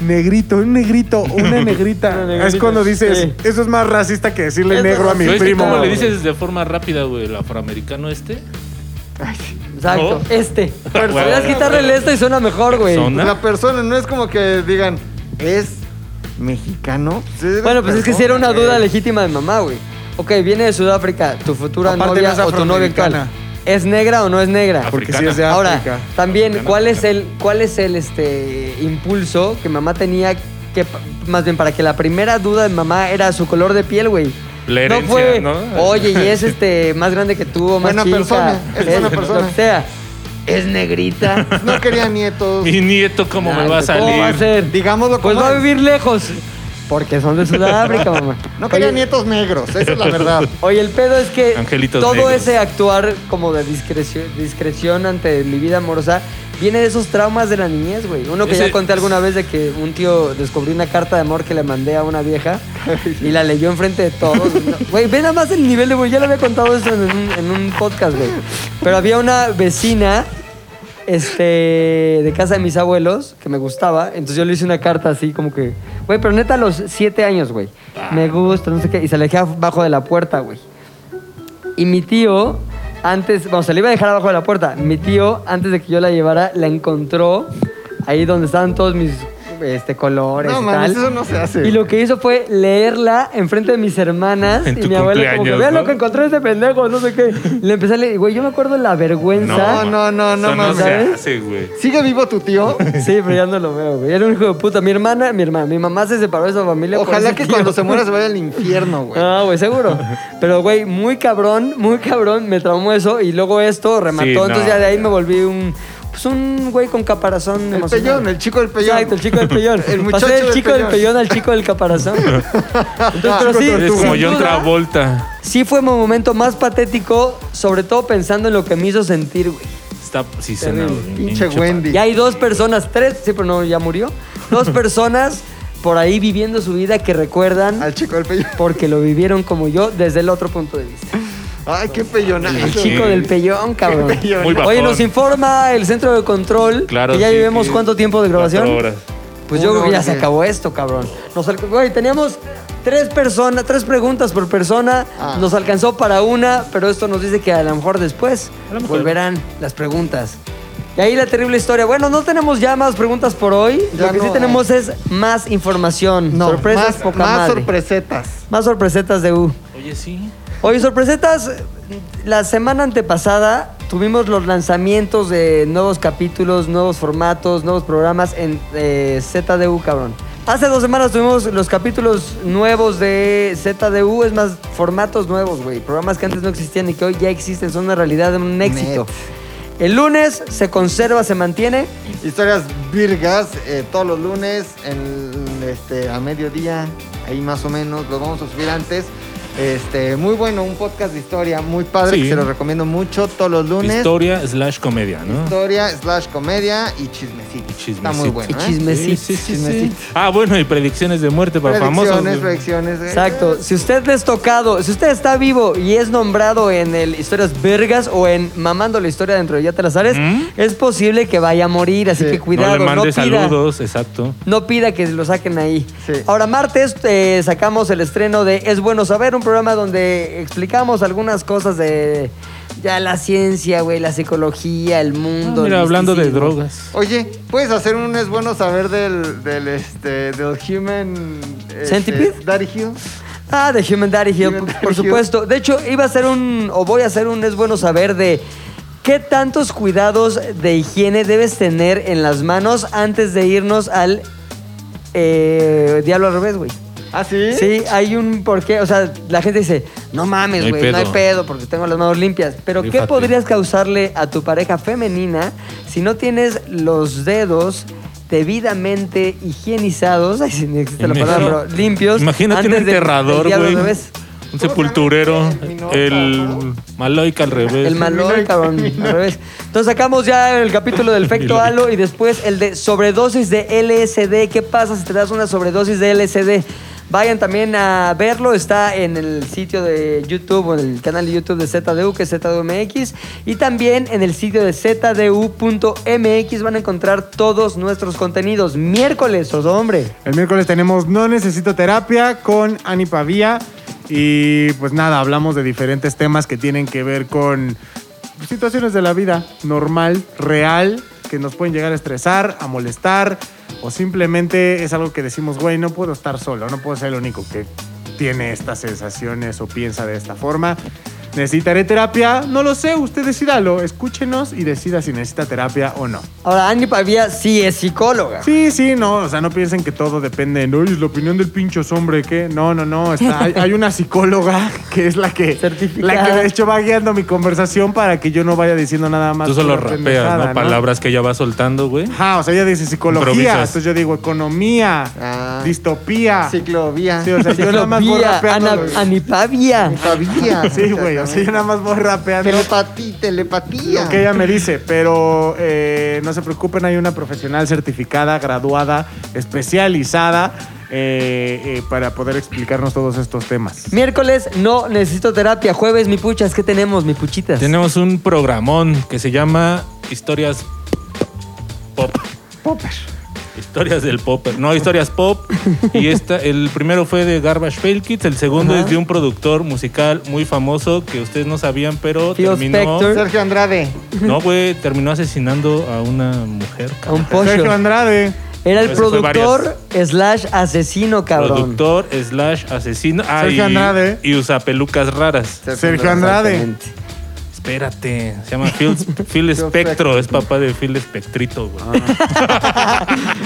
negrito, un negrito, una negrita,
Una negrita,
es cuando dices,
sí.
eso es más racista que decirle
Eso es
negro a mi
¿Sabes que
primo.
¿Cómo le
güey.
dices de forma rápida, güey, el afroamericano este?
Exacto.
¿No?
Este.
Bueno.
Podrías quitarle el este y suena mejor, güey.
Persona.
La persona no es como que digan, es mexicano. Sí, eres
Bueno, pues es que si
persona,
era una
güey.
duda legítima de mamá, güey. Ok, viene de Sudáfrica, tu futura
Aparte no
novia
es
o tu novia actual.
afroamericana.
¿Es negra o no es negra?
Afro-
Porque si es de África.
Ahora, también, ¿cuál es el, cuál es el este, impulso que mamá tenía? Que, pa- más bien, para que la primera duda de mamá era su color de piel, güey.
La herencia, ¿no?
Oye, y es este más grande que tú, o más
Buena
chica.
persona, es buena
lo
persona.
que sea. Es negrita.
No quería nietos.
Mi nieto, ¿cómo me va a
pues, ¿Cómo va a
salir?
ser?
Digámoslo como
Pues va a
es.
vivir lejos. Porque son de Sudáfrica, mamá.
No quería
Oye,
nietos negros, esa es la verdad.
Oye, el pedo es que
Angelitos
todo
negros.
ese actuar como de discreción, discreción ante mi vida amorosa viene de esos traumas de la niñez, güey. Uno que ya
Ese-
conté alguna vez de que un tío descubrió una carta de amor que le mandé a una vieja y la leyó enfrente de todos. No, Güey, ve nada más el nivel de, güey, ya le había contado esto en un, en un podcast, güey. Pero había una vecina este, de casa de mis abuelos, que me gustaba. Entonces yo le hice una carta así, como que, güey, pero neta, a los siete años, güey. Me gusta, no sé qué. Y se la dejé abajo de la puerta, güey. Y mi tío, antes, vamos, se la iba a dejar abajo de la puerta. Mi tío, antes de que yo la llevara, la encontró ahí donde estaban todos mis este, colores.
No
y
mames,
tal.
eso no se hace.
Y lo que hizo fue leerla enfrente de mis hermanas
En
y
tu
mi abuela, como que
cumpleaños,
vean lo
¿no?
que encontró ese pendejo, no sé qué. Le empecé a leer, güey, yo me acuerdo la vergüenza.
no, no, no
eso No se
mames.
hace, güey.
¿Sigue vivo tu tío?
Sí, pero ya no lo veo, güey. Era un hijo de puta. Mi hermana, mi hermana, mi mamá se separó de su familia. por
Ojalá
ese
que
tío.
cuando se muera se vaya al infierno, güey.
No, güey, seguro. Pero, güey, muy cabrón, muy cabrón. Me traumó eso y luego esto remató.
Sí, no,
Entonces ya de ahí
ya.
me volví un... Pues un güey con caparazón
El
emocional.
pellón, el chico del pellón.
Exacto, el chico del pellón.
El muchacho
Pasé del
del
chico del
pellón.
pellón al chico del caparazón. Entonces, pero sí,
Eres como
sin
John
duda,
Travolta.
sí fue mi momento más patético, sobre todo pensando en lo que me hizo sentir, güey.
Está, sí, suena,
Terrible.
güey,
Pinche
pa-
Wendy.
Ya hay dos personas, tres, sí, pero no, ya murió. Dos personas por ahí viviendo su vida que recuerdan
Al chico del pellón.
porque lo vivieron como yo desde el otro punto de vista.
Ay, qué pellonazo.
El
Sí.
chico del pellón, cabrón.
pellón.
Muy bajón.
Oye, nos informa el centro de control
Claro,
que ya
sí,
llevemos
que-
cuánto tiempo de grabación.
Cuatro horas.
Pues yo
Una
creo que ya
hora y
se
media.
acabó esto, cabrón. Nos alca- güey, teníamos tres personas, tres preguntas por persona.
Ah.
Nos alcanzó para una, pero esto nos dice que a lo mejor después volverán las preguntas. Y ahí la terrible historia. Bueno, no tenemos ya más preguntas por hoy.
Ya
lo que sí
no, eh.
tenemos es más información.
No,
sorpresas,
más,
poca
más
madre.
sorpresetas.
Más sorpresetas de U.
Oye, sí.
Oye, sorpresetas, la semana antepasada tuvimos los lanzamientos de nuevos capítulos, nuevos formatos, nuevos programas en eh, ZDU, cabrón. Hace dos semanas tuvimos los capítulos nuevos de ZDU, es más, formatos nuevos, güey. Programas que antes no existían y que hoy ya existen, son una realidad, un éxito. El lunes se conserva, se mantiene.
Historias virgas eh, todos los lunes en, este, a mediodía, ahí más o menos, lo vamos a subir antes. Este, muy bueno, un podcast de historia muy padre,
Sí.
que se lo recomiendo mucho todos los lunes.
Historia slash comedia, ¿no?
Historia, slash comedia y chismecito.
Y chismecito.
Está muy bueno,
Y
¿eh?
chismecito.
Sí, sí, sí,
Chismecito.
sí. Ah, bueno, y predicciones de muerte para famosos.
Predicciones,
güey.
predicciones. eh.
Exacto. Si usted es tocado, si usted está vivo y es nombrado en el Historias Vergas o en Mamando la Historia dentro de Ya te la sabes,
¿Mm?
es posible que vaya a morir. Así
Sí.
que
no
cuidado,
le
no,
mande
pida.
saludos, exacto.
No pida que lo saquen ahí.
Sí.
Ahora, martes eh, sacamos el estreno de Es Bueno Saber, un programa donde explicamos algunas cosas de ya la ciencia, güey, la psicología, el mundo.
Ah,
el
mira, hablando de
misticismo.
drogas.
Oye, ¿puedes hacer un es bueno saber del, del, este, del Human... este,
¿Centipede?
Daddy Hill.
Ah, de Human Daddy Hill,
Human
por
Daddy
supuesto. De hecho, iba a ser un, o voy a hacer un, es bueno saber de qué tantos cuidados de higiene debes tener en las manos antes de irnos al eh, diablo al revés, güey.
¿Ah, sí?
Sí, hay un porqué. O sea, la gente dice, no mames,
No hay
güey, no, hay
pedo.
pedo porque tengo las manos limpias. Pero, ¿qué
Rífate.
podrías causarle a tu pareja femenina si no tienes los dedos debidamente higienizados? Ay, si ni existe la palabra,
Imagina-
pero limpios.
Imagínate
antes
un
de- del
enterrador,
diablo
güey.
al revés.
Un sepulturero.
Mi nota,
El
¿no?
Maloica al revés.
El malor, cabrón, al revés. Entonces sacamos ya el capítulo del efecto halo y después el de sobredosis de LSD. ¿Qué pasa si te das una sobredosis de LSD? Vayan también a verlo, está en el sitio de YouTube o en el canal de YouTube de ZDU, que es ZDUMX, y también en el sitio de ZDU.mx van a encontrar todos nuestros contenidos. Miércoles, os hombre.
El miércoles tenemos No Necesito Terapia con Ani Pavía. Y pues nada, hablamos de diferentes temas que tienen que ver con situaciones de la vida normal, real, que nos pueden llegar a estresar, a molestar, o simplemente es algo que decimos, güey, no puedo estar solo, no puedo ser el único que tiene estas sensaciones o piensa de esta forma. ¿Necesitaré terapia? No lo sé, usted decídalo. Escúchenos y decida si necesita terapia o no.
Ahora, Andy Pavía sí es psicóloga.
Sí, sí, no, o sea, no piensen que todo depende. No, es la opinión del pincho hombre, ¿qué? No, no, no. está- hay, hay una psicóloga que es la que,
Certificada.
la que de hecho va guiando mi conversación para que yo no vaya diciendo nada más.
Tú solo
pura
rapeas,
pendejada,
¿no? Palabras que ella va soltando, güey.
Ajá, o sea, ella dice psicología,
Improvisas.
entonces yo digo economía,
Ah.
distopía.
Ciclovía.
Sí, o sea, yo nada más voy
Psicopía,
rapeando.
Ana- Anipavia.
Sabía.
Sí, güey, o sea, yo nada más voy rapeando.
Telepatía, telepatía.
lo que ella me dice, pero eh, no se preocupen, hay una profesional certificada, graduada, especializada eh, eh, para poder explicarnos todos estos temas.
Miércoles, no necesito terapia. Jueves, mi puchas, ¿qué tenemos, mi puchitas?
Tenemos un programón que se llama Historias Pop.
Popper.
Historias del Popper. No, historias pop. Y esta, el primero fue de Garbage Pail Kids, el segundo
Ajá.
es de un productor musical muy famoso que ustedes no sabían, pero
Phil
terminó.
Spector.
Sergio Andrade.
No, güey, terminó asesinando a una mujer.
A un
Sergio
pollo.
Andrade.
Era el
Ese pues, fue
productor slash asesino, cabrón.
Productor slash asesino. Ah,
Sergio
y-
Andrade.
Y usa pelucas raras.
Sergio Andrade.
Exactamente.
Espérate. Se llama Phil, Phil Espectro. Es papá de Phil Espectrito, güey.
Ah.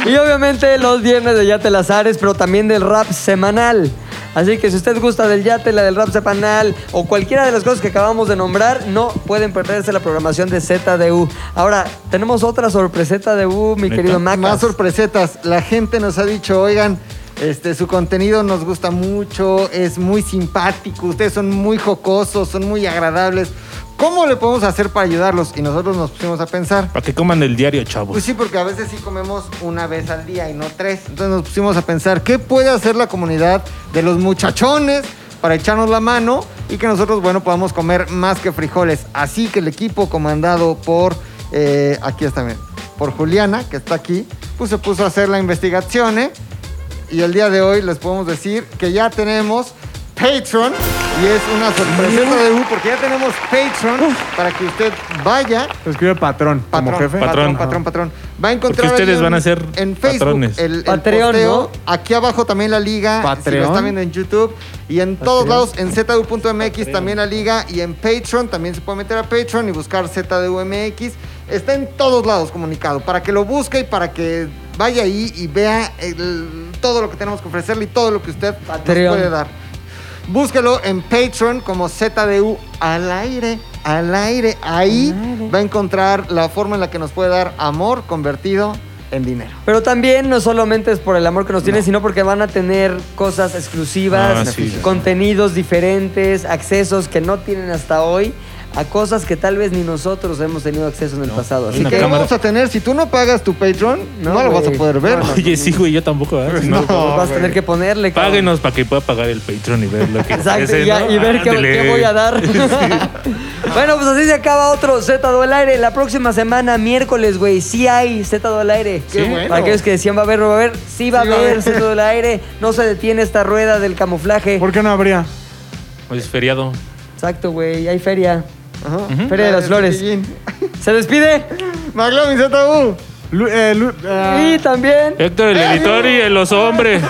Y obviamente los viernes de Yate Lazares, pero también del rap semanal. Así que si usted gusta del Yate, la del rap semanal o cualquiera de las cosas que acabamos de nombrar, no pueden perderse la programación de ZDU. Ahora, tenemos otra sorpreseta de U, mi
¿Neta?
querido Mac.
Más sorpresetas. La gente nos ha dicho, oigan, este, su contenido nos gusta mucho, es muy simpático, ustedes son muy jocosos, son muy agradables. ¿Cómo le podemos hacer para ayudarlos? Y nosotros nos pusimos a pensar.
Para que coman el diario, chavos.
Pues sí, porque a veces sí comemos una vez al día y no tres. Entonces nos pusimos a pensar qué puede hacer la comunidad de los muchachones para echarnos la mano y que nosotros, bueno, podamos comer más que frijoles. Así que el equipo comandado por, eh, aquí está, miren, por Juliana, que está aquí, pues se puso a hacer la investigación, ¿eh? Y el día de hoy les podemos decir que ya tenemos Patreon y es una sorpresa de U porque ya tenemos Patreon para que usted vaya
Lo escribe patrón, como
Patrón,
jefe.
patrón,
Patrón.
patrón, patrón. Va a encontrar
Porque ustedes
ahí en-
van a ser
en Facebook
patrones.
el, el
Patreon,
posteo. Aquí abajo también la liga, si
Patreon.
lo están viendo en YouTube y en todos lados en zdu.mx también la liga y en Patreon también se puede meter a Patreon y buscar zdumx. Está en todos lados comunicado para que lo busque y para que vaya ahí y vea el- todo lo que tenemos que ofrecerle y todo lo que usted nos
Patreon.
puede dar. Búsquelo en Patreon como ZDU al aire, al aire. Ahí va a encontrar la forma en la que nos puede dar amor convertido en dinero.
Pero también no solamente es por el amor que nos tienen, sino porque van a tener cosas exclusivas,
Ah, sí.
contenidos diferentes, accesos que no tienen hasta hoy, a cosas que tal vez ni nosotros hemos tenido acceso en el pasado. Así
Una
que
¿Qué
cámara.
vamos a tener? Si tú no pagas tu Patreon,
No,
no, lo vas a
güey.
poder ver.
No, no.
Oye, sí, güey, yo tampoco. ¿verdad? Si no,
pues, vas a tener que ponerle. cabrón.
Páguenos para que pueda pagar el Patreon y ver lo que
Exacto,
ofrece,
y, ya-
¿no?
y ver qué,
Ándele.
qué voy a dar. bueno, pues así se acaba otro Z al aire. La próxima semana, miércoles, güey, sí hay Z al aire.
Qué bueno.
Para aquellos que decían va a haber, no va a haber, sí va
Sí
a
va a
haber
haber.
Z al aire. No se detiene esta rueda del camuflaje.
¿Por qué no habría?
Hoy es feriado.
Exacto, güey, hay feria.
Ajá.
Feria de las Flores.
Cepillín.
Se despide.
McLovin ZDU.
Lu- eh, Lu- ah,
Y también.
Héctor, el editor y los hombres.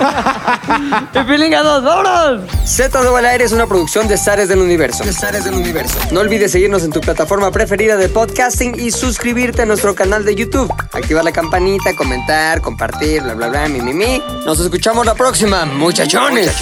¡El Pilinga 2! ¡Vámonos! Z2 al aire es una producción de Zares del Universo.
del universo.
No olvides seguirnos en tu plataforma preferida de podcasting y suscribirte a nuestro canal de YouTube. Activar la campanita, comentar, compartir, bla, bla, bla, mi, mi, mi. Nos escuchamos la próxima, muchachones.